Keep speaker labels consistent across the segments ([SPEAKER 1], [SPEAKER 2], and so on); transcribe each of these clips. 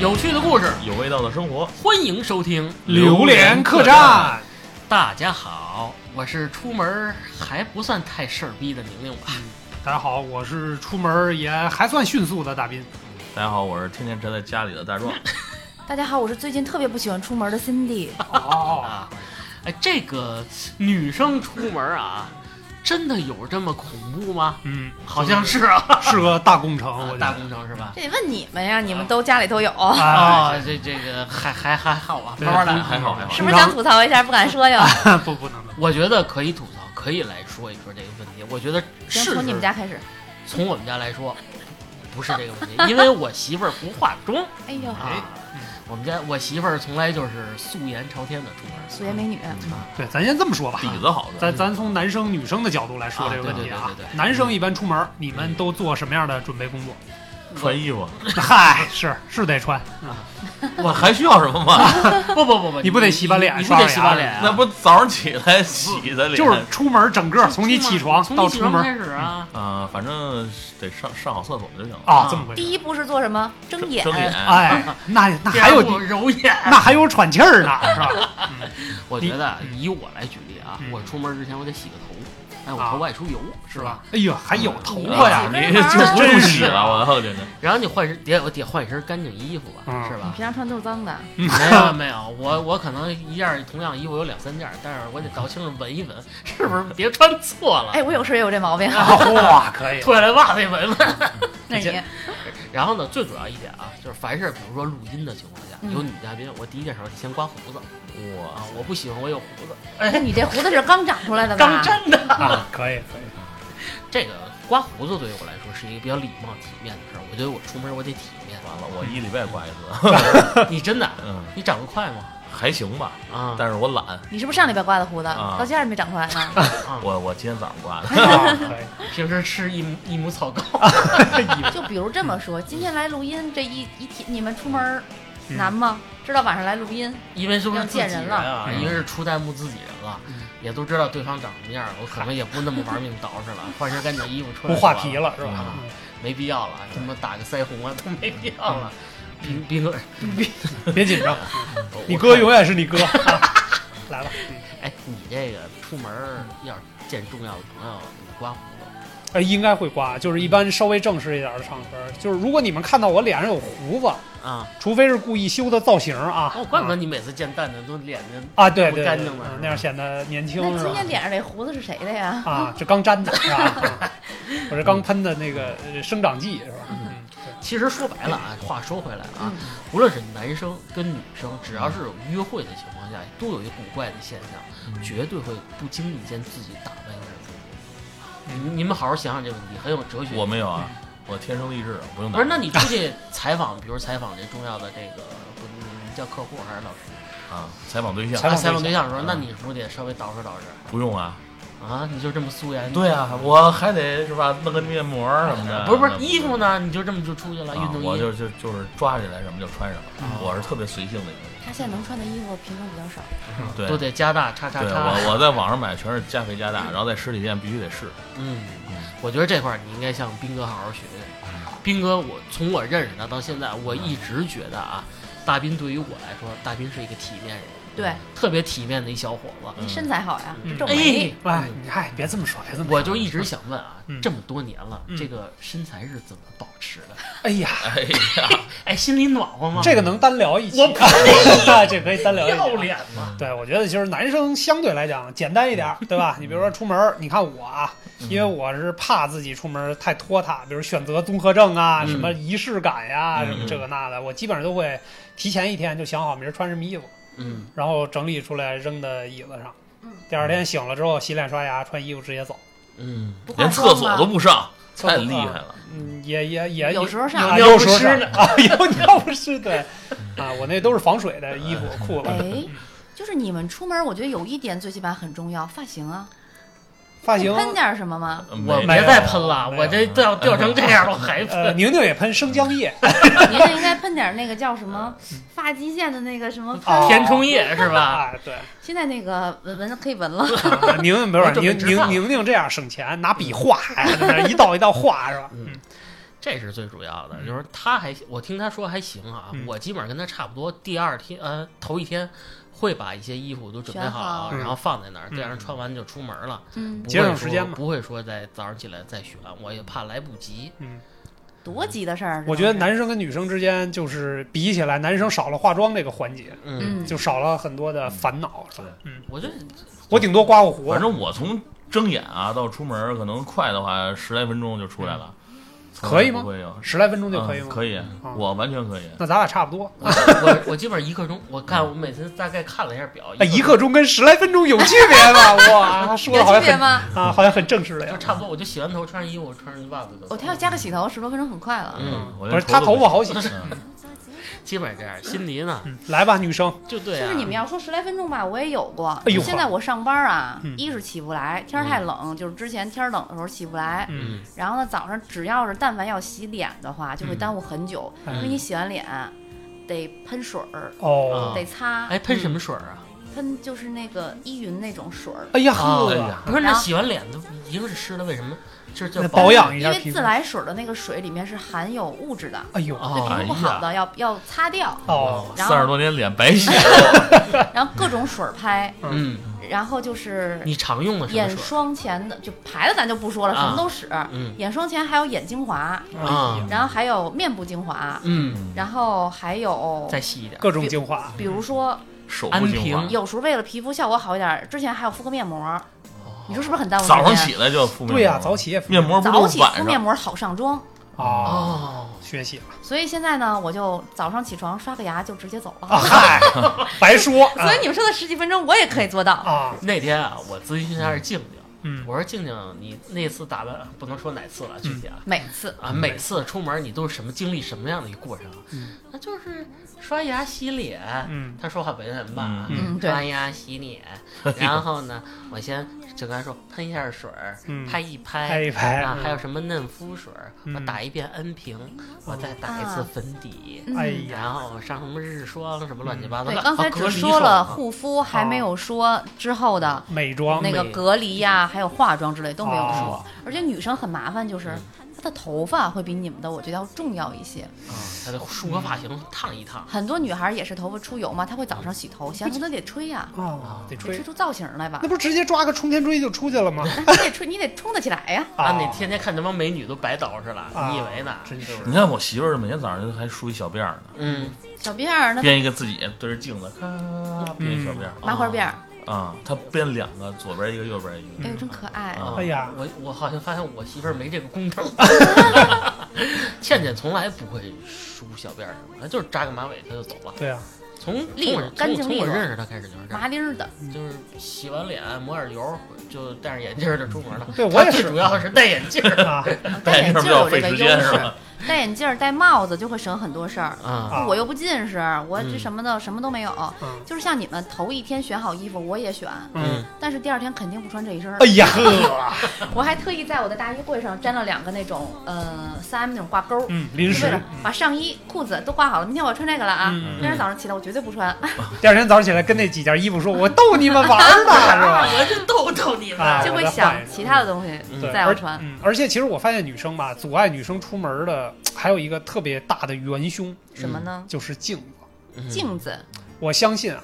[SPEAKER 1] 有趣的故事，
[SPEAKER 2] 有味道的生活，
[SPEAKER 1] 欢迎收听。
[SPEAKER 2] 榴莲客栈。
[SPEAKER 1] 大家好，我是出门还不算太事儿逼的宁宁吧？
[SPEAKER 3] 大家好，我是出门也还算迅速的大斌。
[SPEAKER 2] 大家好，我是天天宅在家里的大壮。
[SPEAKER 4] 大家好，我是最近特别不喜欢出门的 Cindy。
[SPEAKER 3] 哦，
[SPEAKER 1] 啊，哎，这个女生出门啊，真的有这么恐怖吗？
[SPEAKER 3] 嗯，
[SPEAKER 1] 好像是啊，
[SPEAKER 3] 是个大工程，嗯哦我觉
[SPEAKER 1] 大
[SPEAKER 3] 得。
[SPEAKER 1] 工程是吧？
[SPEAKER 4] 这得问你们呀，你们都家里都有，
[SPEAKER 3] 哎，
[SPEAKER 1] 啊，这这个还还还好啊，
[SPEAKER 3] 对
[SPEAKER 1] 慢慢来啊，
[SPEAKER 2] 还好还好
[SPEAKER 4] 是不是想吐槽一下不敢说呀？
[SPEAKER 3] 不不能，
[SPEAKER 1] 我觉得可以吐槽，可以来说一说这个问题。我觉得
[SPEAKER 4] 行，
[SPEAKER 1] 是
[SPEAKER 4] 从你们家开始。
[SPEAKER 1] 从我们家来说，不是这个问题，因为我媳妇儿不化妆
[SPEAKER 4] 哎呦，
[SPEAKER 1] 啊
[SPEAKER 3] 嗯。
[SPEAKER 1] 我们家我媳妇儿从来就是素颜朝天的出门，
[SPEAKER 4] 素颜美女，
[SPEAKER 3] 对，咱先这么说吧。
[SPEAKER 2] 底子好的，
[SPEAKER 3] 咱咱从男生女生的角度来说
[SPEAKER 1] 啊
[SPEAKER 3] 这个问题啊
[SPEAKER 1] 对对对对，对
[SPEAKER 3] 男生一般出门，你们都做什么样的准备工作？
[SPEAKER 2] 穿衣服，
[SPEAKER 3] 嗨，是是得穿，
[SPEAKER 2] 我还需要什么吗？
[SPEAKER 1] 不不不不，
[SPEAKER 3] 你不得洗把脸
[SPEAKER 1] 你你不
[SPEAKER 3] 刷
[SPEAKER 1] 得
[SPEAKER 3] 刷
[SPEAKER 1] 洗
[SPEAKER 3] 牙
[SPEAKER 1] 把脸啊？
[SPEAKER 2] 那不早上起来洗的脸，
[SPEAKER 3] 就是出门整个从你起床
[SPEAKER 1] 从
[SPEAKER 3] 到
[SPEAKER 1] 你起
[SPEAKER 3] 出门
[SPEAKER 1] 开始啊，
[SPEAKER 2] 啊，反正得上上好厕所就行了。
[SPEAKER 3] 啊，这么回
[SPEAKER 4] 第
[SPEAKER 3] 事。
[SPEAKER 4] 一步是做什么？睁眼。
[SPEAKER 2] 睁眼，啊
[SPEAKER 3] 哎，那那还有
[SPEAKER 1] 第二步揉眼。
[SPEAKER 3] 那还有喘气儿呢，是吧？
[SPEAKER 1] 我觉得以我来举例啊，
[SPEAKER 3] 嗯
[SPEAKER 1] 我出门之前我得洗个头，哎，我
[SPEAKER 3] 啊
[SPEAKER 1] 头发爱出油，是吧？？
[SPEAKER 3] 哎呦，还有头
[SPEAKER 2] 哎
[SPEAKER 3] 发
[SPEAKER 2] 呀，
[SPEAKER 3] 呀！
[SPEAKER 2] 你就不用洗了，我操，真的。
[SPEAKER 1] 然后你换身得我得换一身干净衣服吧，
[SPEAKER 3] 嗯
[SPEAKER 1] 是
[SPEAKER 4] 你
[SPEAKER 1] 吧？
[SPEAKER 4] 平常穿都是脏的，
[SPEAKER 1] 没有没有，我我可能一件同样衣服有两三件，但是我得搞清楚闻一闻，是不是别穿错了？
[SPEAKER 4] 哎，我有时候也有这毛病。
[SPEAKER 3] 啊
[SPEAKER 1] 啊
[SPEAKER 3] 哇，可以
[SPEAKER 1] 脱下来袜子也闻闻。
[SPEAKER 4] 那你
[SPEAKER 1] 然后呢，最主要一点啊，就是凡是比如说录音的情况下，
[SPEAKER 4] 嗯
[SPEAKER 1] 有女嘉宾，我第一件事儿得先刮胡子啊
[SPEAKER 2] 哇，，
[SPEAKER 1] 我不喜欢我有胡子，
[SPEAKER 4] 那哎你这胡子是刚长出来的
[SPEAKER 1] 刚
[SPEAKER 4] 吧？
[SPEAKER 1] 粘的。
[SPEAKER 3] 啊，可以可以。
[SPEAKER 1] 这个刮胡子对于我来说是一个比较礼貌体面的事儿，我觉得我出门我得体面。
[SPEAKER 2] 完了，我一礼拜刮一次，
[SPEAKER 1] 你真的，啊
[SPEAKER 2] 嗯，
[SPEAKER 1] 你长得快吗？
[SPEAKER 2] 还行吧，
[SPEAKER 1] 啊
[SPEAKER 2] 但是我懒，
[SPEAKER 4] 你是不是上礼拜刮的胡子，
[SPEAKER 2] 啊
[SPEAKER 4] 到现在没长出来呢？
[SPEAKER 1] 啊！
[SPEAKER 2] 我我今天早上刮的。
[SPEAKER 3] 啊可以
[SPEAKER 1] 平时吃一亩一亩草膏，
[SPEAKER 4] 就比如这么说，今天来录音这一一天，你们出门儿
[SPEAKER 3] 嗯
[SPEAKER 4] 难吗？知道晚上来录音，
[SPEAKER 1] 因为是不是
[SPEAKER 4] 要
[SPEAKER 1] 自己
[SPEAKER 4] 见人了
[SPEAKER 1] 啊？
[SPEAKER 2] 嗯
[SPEAKER 1] 一个是出弹幕自己人了
[SPEAKER 3] 嗯，
[SPEAKER 1] 也都知道对方长什么样了，我可能也不那么玩命捯饬了，换身干净衣服出
[SPEAKER 3] 不
[SPEAKER 1] 来。
[SPEAKER 3] 画皮
[SPEAKER 1] 了，
[SPEAKER 3] 了是吧
[SPEAKER 1] 啊？没必要了，他妈打个腮红啊都没必要了。斌斌哥，
[SPEAKER 3] 嗯别紧张，
[SPEAKER 1] 我
[SPEAKER 3] 你哥永远是你 哥。啊来吧，
[SPEAKER 1] 哎，你这个出门儿要是见重要的朋友，你刮胡子，
[SPEAKER 3] 哎，应该会刮，就是一般稍微正式一点的场合，就是如果你们看到我脸上有胡子，
[SPEAKER 1] 啊？
[SPEAKER 3] 除非是故意修的造型啊。
[SPEAKER 1] 哦，怪不得你每次见蛋蛋都脸上
[SPEAKER 3] 啊，对对
[SPEAKER 1] 不干
[SPEAKER 3] 对，
[SPEAKER 1] 净了
[SPEAKER 3] 嗯那样显得年轻
[SPEAKER 4] 那
[SPEAKER 3] 是
[SPEAKER 4] 今
[SPEAKER 3] 吧
[SPEAKER 4] 天？脸上这胡子是谁的呀？
[SPEAKER 3] 啊，这刚粘的 是吧？嗯我这刚喷的那个呃生长剂是吧？嗯，对
[SPEAKER 1] 其实说白了啊，话说回来啊
[SPEAKER 4] 嗯，
[SPEAKER 1] 无论是男生跟女生，只要是有约会的情况下，都有一古怪的现象，
[SPEAKER 2] 嗯
[SPEAKER 1] 绝对会不经意间自己打扮一下自己。
[SPEAKER 3] 嗯
[SPEAKER 1] 你们你们好好想想这个问题，很有哲学。
[SPEAKER 2] 我没有啊，我天生丽质，啊不用打
[SPEAKER 1] 不是，那你出去采访，比如采访这重要的这个，不你叫客户还是老师？
[SPEAKER 2] 啊，采访对象
[SPEAKER 3] 采访
[SPEAKER 1] 啊采访对
[SPEAKER 3] 对
[SPEAKER 1] 象的时候，
[SPEAKER 2] 嗯
[SPEAKER 1] 那你是不是得稍微捯饬捯
[SPEAKER 2] 不用啊。
[SPEAKER 1] 饬啊？你就这么素颜？
[SPEAKER 2] 对啊，我还得是吧，弄个面膜什么的。嗯
[SPEAKER 1] 不是不是，衣服呢？你就这么就出去了，运
[SPEAKER 2] 啊，
[SPEAKER 1] 动
[SPEAKER 2] 我
[SPEAKER 1] 衣
[SPEAKER 2] 就就就是抓起来什么就穿什
[SPEAKER 1] 啊
[SPEAKER 2] 么，
[SPEAKER 3] 哦
[SPEAKER 2] 我是特别随性的一个人。
[SPEAKER 4] 他现在能穿的衣服品种比较少。
[SPEAKER 2] 对，
[SPEAKER 1] 都得加大叉叉
[SPEAKER 2] 对
[SPEAKER 1] 叉。
[SPEAKER 2] 我我在网上买全是加肥加大，然后在实体店必须得试。
[SPEAKER 1] 嗯，我觉得这块儿你应该向斌哥好好学学。
[SPEAKER 2] 嗯
[SPEAKER 1] 斌哥，我从我认识他到现在，我一直觉得啊，大斌对于我来说，大斌是一个体面人，
[SPEAKER 2] 嗯
[SPEAKER 4] 对，
[SPEAKER 1] 特别体面的一小伙子。
[SPEAKER 4] 你身材好呀，
[SPEAKER 3] 嗯
[SPEAKER 4] 皱眉
[SPEAKER 1] 哎。，
[SPEAKER 3] 哎，你哎，别这么说，别这么 说。
[SPEAKER 1] 我就一直想问啊，
[SPEAKER 3] 嗯
[SPEAKER 1] 这么多年了，
[SPEAKER 3] 嗯
[SPEAKER 1] 这个身材是怎么保持的？
[SPEAKER 3] 哎呀，
[SPEAKER 2] 哎呀，
[SPEAKER 1] 哎，心里暖和吗？
[SPEAKER 3] 这个能单聊一期，
[SPEAKER 1] 我
[SPEAKER 3] 这可以单聊一期。
[SPEAKER 1] 要脸吗？
[SPEAKER 3] 对，我觉得其实男生相对来讲简单一点儿，对吧？你比如说出门儿，你看我啊，因为我是怕自己出门儿太拖沓，比如选择综合症啊，
[SPEAKER 1] 嗯
[SPEAKER 3] 什么仪式感呀、
[SPEAKER 2] 嗯
[SPEAKER 3] 什么这个那的，我基本上都会提前一天就想好明儿穿什么衣服，
[SPEAKER 1] 嗯，
[SPEAKER 3] 然后整理出来扔在椅子上
[SPEAKER 4] 嗯。
[SPEAKER 3] 第二天醒了之后，洗脸刷牙，穿衣服直接走。
[SPEAKER 1] 嗯，
[SPEAKER 4] 不化
[SPEAKER 2] 连
[SPEAKER 4] 妆
[SPEAKER 2] 厕所
[SPEAKER 4] 吗
[SPEAKER 2] 都不上，
[SPEAKER 3] 厕所啊
[SPEAKER 2] 太厉害了。
[SPEAKER 3] 嗯，也也也
[SPEAKER 4] 有时候上
[SPEAKER 3] 啊，
[SPEAKER 1] 尿
[SPEAKER 3] 有
[SPEAKER 1] 不
[SPEAKER 3] 时候
[SPEAKER 1] 湿
[SPEAKER 3] 上
[SPEAKER 1] 呢
[SPEAKER 3] 啊，有尿不湿对啊，我那都是防水的衣服裤子。
[SPEAKER 4] 哎，就是你们出门，我觉得有一点最起码很重要，发型啊，
[SPEAKER 3] 发型
[SPEAKER 4] 不喷点什 么吗？
[SPEAKER 1] 我
[SPEAKER 2] 没
[SPEAKER 1] 别
[SPEAKER 2] 有
[SPEAKER 1] 再喷了，
[SPEAKER 3] 嗯没有
[SPEAKER 1] 我这掉掉成这 样，我还
[SPEAKER 3] 呃，
[SPEAKER 1] 喷。
[SPEAKER 3] 宁宁也喷生姜液，
[SPEAKER 4] 您这应该喷点那个叫什么
[SPEAKER 3] 嗯
[SPEAKER 4] 发际线的那个什么喷。
[SPEAKER 3] 哦
[SPEAKER 1] 填充液是吧？
[SPEAKER 3] 啊，对。
[SPEAKER 4] 现在那个纹纹可以纹了，
[SPEAKER 3] 啊宁宁不
[SPEAKER 1] 我
[SPEAKER 3] 是
[SPEAKER 1] 准备
[SPEAKER 3] 宁
[SPEAKER 1] 吃
[SPEAKER 3] 宁
[SPEAKER 1] 饭
[SPEAKER 3] 宁宁这样省钱，拿笔画呀，在那一道一道画是吧？
[SPEAKER 1] 嗯
[SPEAKER 3] 嗯，
[SPEAKER 1] 这是最主要的，就是他还我听他说还行啊，
[SPEAKER 3] 嗯
[SPEAKER 1] 我基本上跟他差不多。第二天呃头一天会把一些衣服都准备
[SPEAKER 4] 选
[SPEAKER 1] 好，
[SPEAKER 4] 好
[SPEAKER 1] 然后放在那儿，
[SPEAKER 3] 嗯
[SPEAKER 1] 这样穿完就出门了，
[SPEAKER 4] 嗯
[SPEAKER 1] 不，
[SPEAKER 3] 节省
[SPEAKER 1] 会
[SPEAKER 3] 时
[SPEAKER 1] 说
[SPEAKER 3] 间嘛
[SPEAKER 1] 不会说再早上起来再选，我也怕来不及。
[SPEAKER 3] 嗯，
[SPEAKER 4] 多急的事儿。
[SPEAKER 3] 我觉得男生跟女生之间就是比起来，男生少了化妆这个环节，
[SPEAKER 1] 嗯，
[SPEAKER 4] 嗯，
[SPEAKER 3] 就少了很多的烦恼。是吧嗯，
[SPEAKER 1] 我就
[SPEAKER 3] 我顶多刮个胡
[SPEAKER 2] 反，正我从睁眼啊到出门儿，可能快的话十来分钟就出来了，从来
[SPEAKER 3] 嗯可以吗
[SPEAKER 2] 不会有，
[SPEAKER 3] 十来分钟就可以
[SPEAKER 2] 嗯
[SPEAKER 3] 吗？
[SPEAKER 2] 可
[SPEAKER 3] 以。
[SPEAKER 2] 以
[SPEAKER 3] 啊，
[SPEAKER 2] 我完全可以。
[SPEAKER 3] 那咱俩差不多，
[SPEAKER 1] 我我我基本上一刻钟，我看我每次大概看了一下表，
[SPEAKER 3] 嗯哎，一刻钟跟十来分钟有区别吗？哇，说的
[SPEAKER 4] 有
[SPEAKER 3] 好
[SPEAKER 4] 区
[SPEAKER 3] 像
[SPEAKER 4] 别
[SPEAKER 3] 很
[SPEAKER 4] 吗？
[SPEAKER 3] 啊，好像很正式的
[SPEAKER 1] 就
[SPEAKER 3] 样子。
[SPEAKER 1] 差不多，我就洗完头，穿上衣服，穿上袜子就走
[SPEAKER 4] 我听要加个洗头，十多分钟很快了。
[SPEAKER 1] 嗯，
[SPEAKER 2] 我
[SPEAKER 3] 不
[SPEAKER 2] 连
[SPEAKER 3] 是，他
[SPEAKER 2] 头
[SPEAKER 3] 头
[SPEAKER 2] 都
[SPEAKER 3] 发好洗。
[SPEAKER 2] 嗯
[SPEAKER 1] 基本上这样。心里呢，
[SPEAKER 3] 嗯，来吧，女生，
[SPEAKER 1] 就对
[SPEAKER 4] 就
[SPEAKER 1] 啊，
[SPEAKER 4] 是你们要说十来分钟吧，我也有过。
[SPEAKER 3] 哎呦
[SPEAKER 4] 现在我上班啊，
[SPEAKER 3] 嗯
[SPEAKER 4] 一是起不来，天儿太冷，就是之前天儿冷的时候起不来。
[SPEAKER 3] 嗯，
[SPEAKER 1] 嗯，
[SPEAKER 4] 然后呢，早上只要是但凡要洗脸的话，就会耽误很久，
[SPEAKER 3] 嗯
[SPEAKER 4] 因为你洗完脸得喷水儿，
[SPEAKER 3] 哦，
[SPEAKER 4] 得擦，
[SPEAKER 1] 哎，喷什么水儿 啊？
[SPEAKER 4] 喷就是那个依云那种水儿，
[SPEAKER 3] 哎呀
[SPEAKER 1] 啊
[SPEAKER 3] 呵
[SPEAKER 2] 哎呀，
[SPEAKER 1] 不是，那
[SPEAKER 4] 然后
[SPEAKER 1] 洗完脸都一个是湿的，为什么？这叫
[SPEAKER 3] 那保养一
[SPEAKER 4] 因
[SPEAKER 3] 下
[SPEAKER 4] 为
[SPEAKER 3] 皮肤
[SPEAKER 4] 自。来水的那个水里面是含有物质的，
[SPEAKER 3] 哎呦，
[SPEAKER 1] 啊
[SPEAKER 4] 对皮肤不好的要要 擦掉，
[SPEAKER 3] 哦，
[SPEAKER 4] 然
[SPEAKER 2] 三十
[SPEAKER 4] 后
[SPEAKER 2] 多年脸白洗了，
[SPEAKER 4] 然后各种水儿拍，
[SPEAKER 1] 嗯，
[SPEAKER 4] 然后就是
[SPEAKER 1] 你常用的什么
[SPEAKER 4] 眼
[SPEAKER 1] 水？
[SPEAKER 4] 霜前的就牌子咱就不说了，
[SPEAKER 1] 啊
[SPEAKER 4] 什么都使。
[SPEAKER 1] 嗯
[SPEAKER 4] 眼霜前还有眼精华，
[SPEAKER 1] 啊
[SPEAKER 4] 然后还有面部精华，
[SPEAKER 1] 嗯，
[SPEAKER 4] 然后还有
[SPEAKER 1] 再细一点。
[SPEAKER 3] 各种精华，
[SPEAKER 4] 比如说
[SPEAKER 2] 手不听话
[SPEAKER 1] 安，
[SPEAKER 4] 有时候为了皮肤效果好一点，之前还有敷个面膜，你说是不是很耽误时
[SPEAKER 2] 早上
[SPEAKER 4] 间？
[SPEAKER 2] 起来就敷面膜，
[SPEAKER 3] 对呀，早起也敷
[SPEAKER 2] 面膜不
[SPEAKER 4] 早
[SPEAKER 2] 都
[SPEAKER 4] 起
[SPEAKER 2] 是
[SPEAKER 4] 敷
[SPEAKER 2] 晚
[SPEAKER 4] 面
[SPEAKER 2] 上
[SPEAKER 4] 膜好上妆，
[SPEAKER 3] 啊，
[SPEAKER 1] 哦，
[SPEAKER 3] 学习了
[SPEAKER 4] 所以现在呢，我就早上起床刷个牙就直接走了。
[SPEAKER 3] 啊， 嗨，白说啊
[SPEAKER 4] 所以你们说的十几分钟我也可以做到。
[SPEAKER 3] 啊，
[SPEAKER 1] 那天啊，我咨询一下静静，
[SPEAKER 3] 嗯，
[SPEAKER 1] 我说静静，你那次打扮不能说哪次了，具体
[SPEAKER 3] 嗯
[SPEAKER 1] 啊。
[SPEAKER 4] 每次
[SPEAKER 1] 啊，每次出门你都是什么经历什么样的一个过程啊？
[SPEAKER 3] 嗯
[SPEAKER 1] 那就是刷牙、洗脸。
[SPEAKER 3] 嗯
[SPEAKER 1] 他说话本人吧，啊
[SPEAKER 4] 嗯嗯对
[SPEAKER 1] 刷牙、洗 脸，然后呢，我先就跟他说喷一下水儿，
[SPEAKER 3] 嗯，
[SPEAKER 1] 拍一拍，
[SPEAKER 3] 拍一拍
[SPEAKER 1] 啊，还有
[SPEAKER 3] 嗯
[SPEAKER 1] 什么嫩肤水儿，我
[SPEAKER 3] 嗯
[SPEAKER 1] 打一遍恩平，我再打一次粉底，
[SPEAKER 4] 嗯
[SPEAKER 3] 哎呀，
[SPEAKER 1] 然后上什么日霜什么乱七八糟
[SPEAKER 4] 对
[SPEAKER 1] 的。，
[SPEAKER 4] 刚才
[SPEAKER 1] 啊隔
[SPEAKER 4] 只
[SPEAKER 1] 离
[SPEAKER 4] 说
[SPEAKER 1] 霜
[SPEAKER 4] 了
[SPEAKER 1] 啊
[SPEAKER 4] 护肤，还没有说之后的
[SPEAKER 3] 美妆
[SPEAKER 4] 那个
[SPEAKER 1] 美
[SPEAKER 4] 隔离呀、还有化妆之类都没有说。
[SPEAKER 2] 啊
[SPEAKER 3] 哦
[SPEAKER 4] 而且女生很麻烦，就是她的头发会比你们的我觉得要重要一些。
[SPEAKER 1] 啊，他的梳个发型烫一
[SPEAKER 3] 啊
[SPEAKER 1] 烫，
[SPEAKER 4] 很多女孩也是头发出油嘛，她会早上洗头，洗完头她得吹呀、
[SPEAKER 3] 啊，得
[SPEAKER 4] 得
[SPEAKER 3] 吹
[SPEAKER 4] 吹，出造型来吧
[SPEAKER 3] 那，不是直接抓个冲天锥就出去了吗？
[SPEAKER 4] 哎你得吹，你得冲得起来呀、
[SPEAKER 1] 啊，你天天看这帮美女都白捯饬了，
[SPEAKER 3] 啊
[SPEAKER 1] 你以为呢？
[SPEAKER 3] 真是
[SPEAKER 1] 不
[SPEAKER 2] 你看我媳妇儿每天早上就还梳一小辫儿呢，
[SPEAKER 1] 嗯，
[SPEAKER 4] 小辫儿那
[SPEAKER 2] 编一个自己对着镜子，咔编一小辫儿
[SPEAKER 4] 麻花辫儿，
[SPEAKER 2] 啊，她编两个，左边一个，右边一个。
[SPEAKER 4] 哎呦真可爱。
[SPEAKER 1] 啊
[SPEAKER 3] 哎呀
[SPEAKER 1] 我我好像发现我媳妇儿没这个功能。 倩倩从来不会梳小辫儿什么，她就是扎个马尾她就走了。
[SPEAKER 3] 对啊，
[SPEAKER 1] 从
[SPEAKER 4] 利
[SPEAKER 1] 从
[SPEAKER 4] 落
[SPEAKER 1] 我
[SPEAKER 4] 干净嗯
[SPEAKER 1] 从我
[SPEAKER 4] 利落
[SPEAKER 1] 认识她开始就是这样。
[SPEAKER 4] 麻溜儿的，
[SPEAKER 1] 就是洗完脸抹点油，就戴上眼镜儿就出门了。
[SPEAKER 3] 对我也
[SPEAKER 1] 他最
[SPEAKER 3] 是
[SPEAKER 1] 主要是戴眼镜儿
[SPEAKER 3] 啊
[SPEAKER 4] 戴
[SPEAKER 2] 戴眼镜
[SPEAKER 4] 眼镜
[SPEAKER 2] 比
[SPEAKER 4] 儿
[SPEAKER 2] 较
[SPEAKER 4] 有这
[SPEAKER 2] 费
[SPEAKER 4] 个
[SPEAKER 2] 时
[SPEAKER 4] 优
[SPEAKER 2] 间是
[SPEAKER 4] 势，
[SPEAKER 2] 吧？
[SPEAKER 4] 戴眼镜儿戴帽子就会省很多事儿。
[SPEAKER 1] 啊。
[SPEAKER 3] 啊
[SPEAKER 4] 我又不近视，我这
[SPEAKER 1] 嗯
[SPEAKER 4] 什么的、什么都没有，
[SPEAKER 3] 嗯
[SPEAKER 4] 就是像你们头一天选好衣服，我也选，
[SPEAKER 1] 嗯
[SPEAKER 3] 嗯，
[SPEAKER 4] 但是第二天肯定不穿这一身儿。
[SPEAKER 3] 哎呀呵，
[SPEAKER 4] 我还特意在我的大衣柜上粘了两个那种呃三 M 那种挂钩儿，
[SPEAKER 3] 嗯，临
[SPEAKER 4] 就
[SPEAKER 3] 时
[SPEAKER 4] 为了，把上衣、裤子都挂好了。明天我要穿这个了啊！
[SPEAKER 3] 嗯
[SPEAKER 4] 明儿早上起来我绝对不穿。
[SPEAKER 3] 第二天早上起来跟那几件衣服说，我逗你们玩儿
[SPEAKER 4] 嗯
[SPEAKER 3] 呢，是吧？
[SPEAKER 1] 嗯 我是逗逗你们。
[SPEAKER 3] 啊
[SPEAKER 4] 就
[SPEAKER 3] 我再
[SPEAKER 4] 会
[SPEAKER 3] 换
[SPEAKER 4] 想
[SPEAKER 3] 一个
[SPEAKER 4] 其他的东西
[SPEAKER 1] 嗯
[SPEAKER 3] 对，
[SPEAKER 4] 再要
[SPEAKER 3] 而
[SPEAKER 4] 穿。
[SPEAKER 3] 嗯，而且其实我发现女生吧，阻碍女生出门的还有一个特别大的元凶，
[SPEAKER 4] 什么呢？
[SPEAKER 3] 就是镜子。
[SPEAKER 1] 嗯
[SPEAKER 4] 镜子，
[SPEAKER 3] 我相信啊，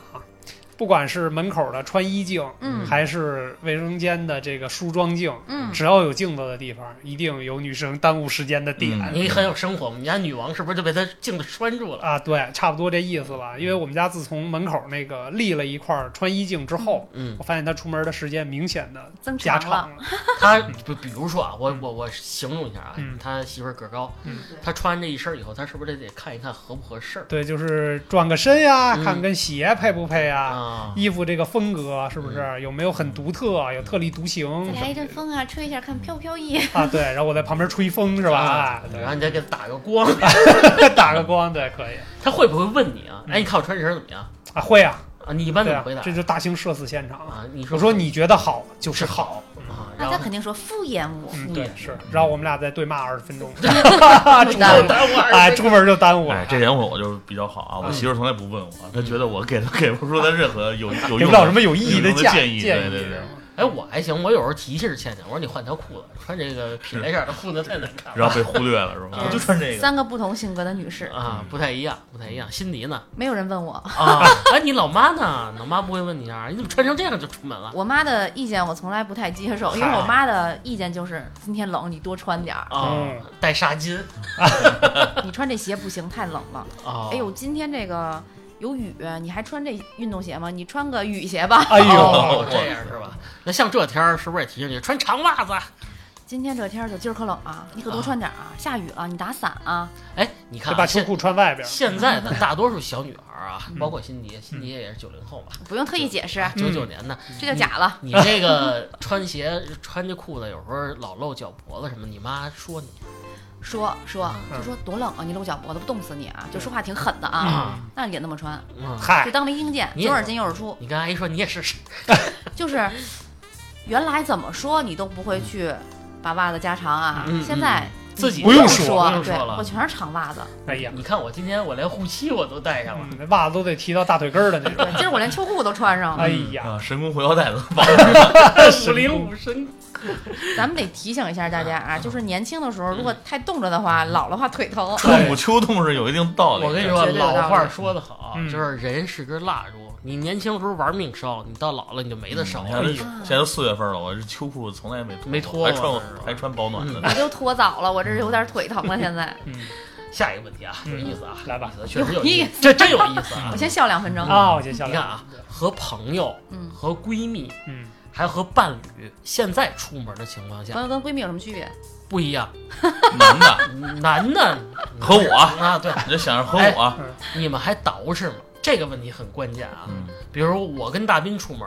[SPEAKER 3] 不管是门口的穿衣镜，
[SPEAKER 4] 嗯
[SPEAKER 3] 还是卫生间的这个梳妆镜，
[SPEAKER 4] 嗯，
[SPEAKER 3] 只要有镜子的地方，一定有女生耽误时间的点。
[SPEAKER 2] 嗯
[SPEAKER 1] 你很有生活，我们家女王是不是就被他镜子拴住了？
[SPEAKER 3] 啊，对，差不多这意思吧。因
[SPEAKER 1] 嗯
[SPEAKER 3] 为我们家自从门口那个立了一块穿衣镜之后，
[SPEAKER 1] 嗯，
[SPEAKER 3] 我发现她出门的时间明显的
[SPEAKER 4] 增
[SPEAKER 3] 加
[SPEAKER 4] 长了
[SPEAKER 3] 长。了。
[SPEAKER 1] 他比比如说啊，我我我形容一下啊
[SPEAKER 3] 嗯，
[SPEAKER 1] 他媳妇儿个儿高
[SPEAKER 3] 嗯，
[SPEAKER 1] 他穿这一身儿以后，他是不是得得看一看合不合适
[SPEAKER 3] 对，就是转个身呀，
[SPEAKER 1] 嗯
[SPEAKER 3] 看跟鞋配不配
[SPEAKER 1] 儿
[SPEAKER 3] 啊，
[SPEAKER 1] 啊？
[SPEAKER 3] 衣服这个风格是不
[SPEAKER 1] 嗯
[SPEAKER 3] 是有没有很独特，有特立独行
[SPEAKER 4] 再来一阵风啊，吹一下，看飘不飘逸。
[SPEAKER 3] 啊？对，然后我在旁边吹风是吧？啊对
[SPEAKER 1] 哎然后你再给他打个光，
[SPEAKER 3] 打个光，对，可以
[SPEAKER 1] 他会不会问你啊？
[SPEAKER 3] 嗯
[SPEAKER 1] 哎，你看我穿这身儿怎么样
[SPEAKER 3] 啊，会啊，
[SPEAKER 1] 啊？你一般
[SPEAKER 3] 对
[SPEAKER 1] 怎么
[SPEAKER 3] 啊
[SPEAKER 1] 回答，
[SPEAKER 3] 这就大型社死现场啊。
[SPEAKER 1] 啊？你说
[SPEAKER 3] 我说你觉得好就是好，
[SPEAKER 1] 啊，
[SPEAKER 4] 那
[SPEAKER 1] 然
[SPEAKER 4] 他
[SPEAKER 1] 后
[SPEAKER 4] 肯定说敷衍我。
[SPEAKER 3] 嗯，啊
[SPEAKER 1] 嗯
[SPEAKER 3] 对，
[SPEAKER 1] 对
[SPEAKER 3] 是，然后我们俩再对骂二十分钟，出
[SPEAKER 4] 耽误
[SPEAKER 3] 门
[SPEAKER 1] 耽误二十
[SPEAKER 3] 哎，
[SPEAKER 1] 分钟
[SPEAKER 3] 出门就耽误了
[SPEAKER 2] 哎，，这点我我就比较好啊，我媳妇儿从来 不问我，她觉得我给她给不出她任何有有
[SPEAKER 3] 给
[SPEAKER 2] 用
[SPEAKER 3] 不了
[SPEAKER 2] 的
[SPEAKER 3] 什么有意义
[SPEAKER 2] 有用的
[SPEAKER 3] 建啊
[SPEAKER 2] 建议
[SPEAKER 3] 建
[SPEAKER 2] 对对对
[SPEAKER 1] 哎，我还行，我有时候提气儿欠欠，我说你换条裤子，穿这个品牌色的裤子太难看了。
[SPEAKER 2] 然后被忽略了是吗？
[SPEAKER 1] 啊
[SPEAKER 2] 我就穿这个，
[SPEAKER 4] 三个不同性格的女士，
[SPEAKER 1] 啊，不太一样，不太一样。辛迪呢？
[SPEAKER 4] 没有人问我。
[SPEAKER 1] 啊，哎，你老妈呢？老妈不会问你啊？你怎么穿成这样就出门了？
[SPEAKER 4] 我妈的意见我从来不太接受，因为我妈的意见就是今天冷，你多穿 点儿，
[SPEAKER 1] 啊
[SPEAKER 3] 嗯，
[SPEAKER 1] 带纱巾
[SPEAKER 4] 你穿这鞋不行，太冷了。
[SPEAKER 1] 啊！
[SPEAKER 3] 哦
[SPEAKER 4] 哎呦，今天这个有雨，你还穿这运动鞋吗？你穿个雨鞋吧。
[SPEAKER 3] 哎呦，
[SPEAKER 1] 哦，这样是吧？那像这天儿是不是也提醒你穿长袜子？啊
[SPEAKER 4] 今天这天儿就今儿可冷啊，你可多穿点儿
[SPEAKER 3] 哦
[SPEAKER 4] 啊。下雨了，你打伞啊。
[SPEAKER 1] 哎，你看
[SPEAKER 3] 得
[SPEAKER 1] 啊
[SPEAKER 3] 把秋
[SPEAKER 1] 现
[SPEAKER 3] 裤穿外边儿。嗯
[SPEAKER 1] 现在的大多数小女孩儿啊，包括辛迪，辛迪也是九零后吧，
[SPEAKER 4] 不用特意解释，
[SPEAKER 1] 九九年的。
[SPEAKER 4] 这就假了。
[SPEAKER 1] 你这个穿鞋穿这裤子，有时候老露脚脖子什么，你妈说你
[SPEAKER 4] 说说
[SPEAKER 3] 嗯
[SPEAKER 4] 就说多冷啊，你露脚脖子不冻死你啊，就说话挺狠的
[SPEAKER 3] 嗯
[SPEAKER 4] 啊。
[SPEAKER 1] 啊，
[SPEAKER 4] 那也那么穿，
[SPEAKER 1] 嗯，
[SPEAKER 3] 嗨
[SPEAKER 4] 就，当没听见，
[SPEAKER 1] 你也
[SPEAKER 4] 左耳进右耳出。
[SPEAKER 1] 你跟阿姨说你也是
[SPEAKER 4] 就是原来怎么说你都不会去把袜子加长啊，
[SPEAKER 1] 嗯嗯
[SPEAKER 4] 现在
[SPEAKER 1] 嗯自己
[SPEAKER 4] 不用
[SPEAKER 3] 不用
[SPEAKER 1] 说不用
[SPEAKER 4] 对
[SPEAKER 1] 说了
[SPEAKER 4] 我全是长袜子，
[SPEAKER 3] 哎呀，
[SPEAKER 1] 你看我今天我连护膝我都带上了，
[SPEAKER 3] 嗯那袜子都得提到大腿根儿的那种。
[SPEAKER 4] 对，今儿我连秋裤都穿上
[SPEAKER 3] 哎
[SPEAKER 4] 了。
[SPEAKER 3] 呀，
[SPEAKER 2] 啊，神功裤腰带子，
[SPEAKER 1] 五零五身高哎
[SPEAKER 4] 咱们得提醒一下大家啊，就是年轻的时候
[SPEAKER 1] 嗯
[SPEAKER 4] 如果太冻着的话，老了话腿疼。
[SPEAKER 2] 春捂秋冻是有一定道理。嗯
[SPEAKER 1] 我跟你说，
[SPEAKER 4] 绝对有道理
[SPEAKER 1] 老话儿说得好，
[SPEAKER 3] 嗯
[SPEAKER 1] 就是人是根蜡烛，你年轻时候玩命烧，你到老了你就没得烧
[SPEAKER 2] 你
[SPEAKER 3] 嗯
[SPEAKER 1] 了。
[SPEAKER 2] 看现在都四月份了，我这秋裤从来没脱过，
[SPEAKER 1] 没脱过
[SPEAKER 2] 还穿过
[SPEAKER 1] 是吧
[SPEAKER 2] 还穿保暖的呢。
[SPEAKER 4] 我就脱早了，我这是有点腿疼了。现在
[SPEAKER 3] 嗯，
[SPEAKER 1] 下一个问题啊，有
[SPEAKER 3] 嗯
[SPEAKER 1] 意思啊，
[SPEAKER 3] 来吧
[SPEAKER 1] 有意思，确实有
[SPEAKER 4] 有
[SPEAKER 1] 意
[SPEAKER 4] 意
[SPEAKER 1] 思，这真有意思啊
[SPEAKER 4] 我。先笑两分钟。
[SPEAKER 3] 啊，我先下
[SPEAKER 1] 你
[SPEAKER 3] 来。
[SPEAKER 1] 看啊，和朋友、
[SPEAKER 4] 嗯，
[SPEAKER 1] 和闺蜜，
[SPEAKER 3] 嗯，
[SPEAKER 1] 还有和伴侣，现在出门的情况
[SPEAKER 4] 朋
[SPEAKER 1] 下
[SPEAKER 4] 友跟闺蜜有什么区别？
[SPEAKER 1] 不一样，
[SPEAKER 2] 男的
[SPEAKER 1] 男的
[SPEAKER 2] 和我，
[SPEAKER 1] 啊，对，
[SPEAKER 2] 你就想着和我，啊
[SPEAKER 1] 你们还捯饬吗？这个问题很关键啊。
[SPEAKER 2] 嗯
[SPEAKER 1] 比如我跟大斌出门，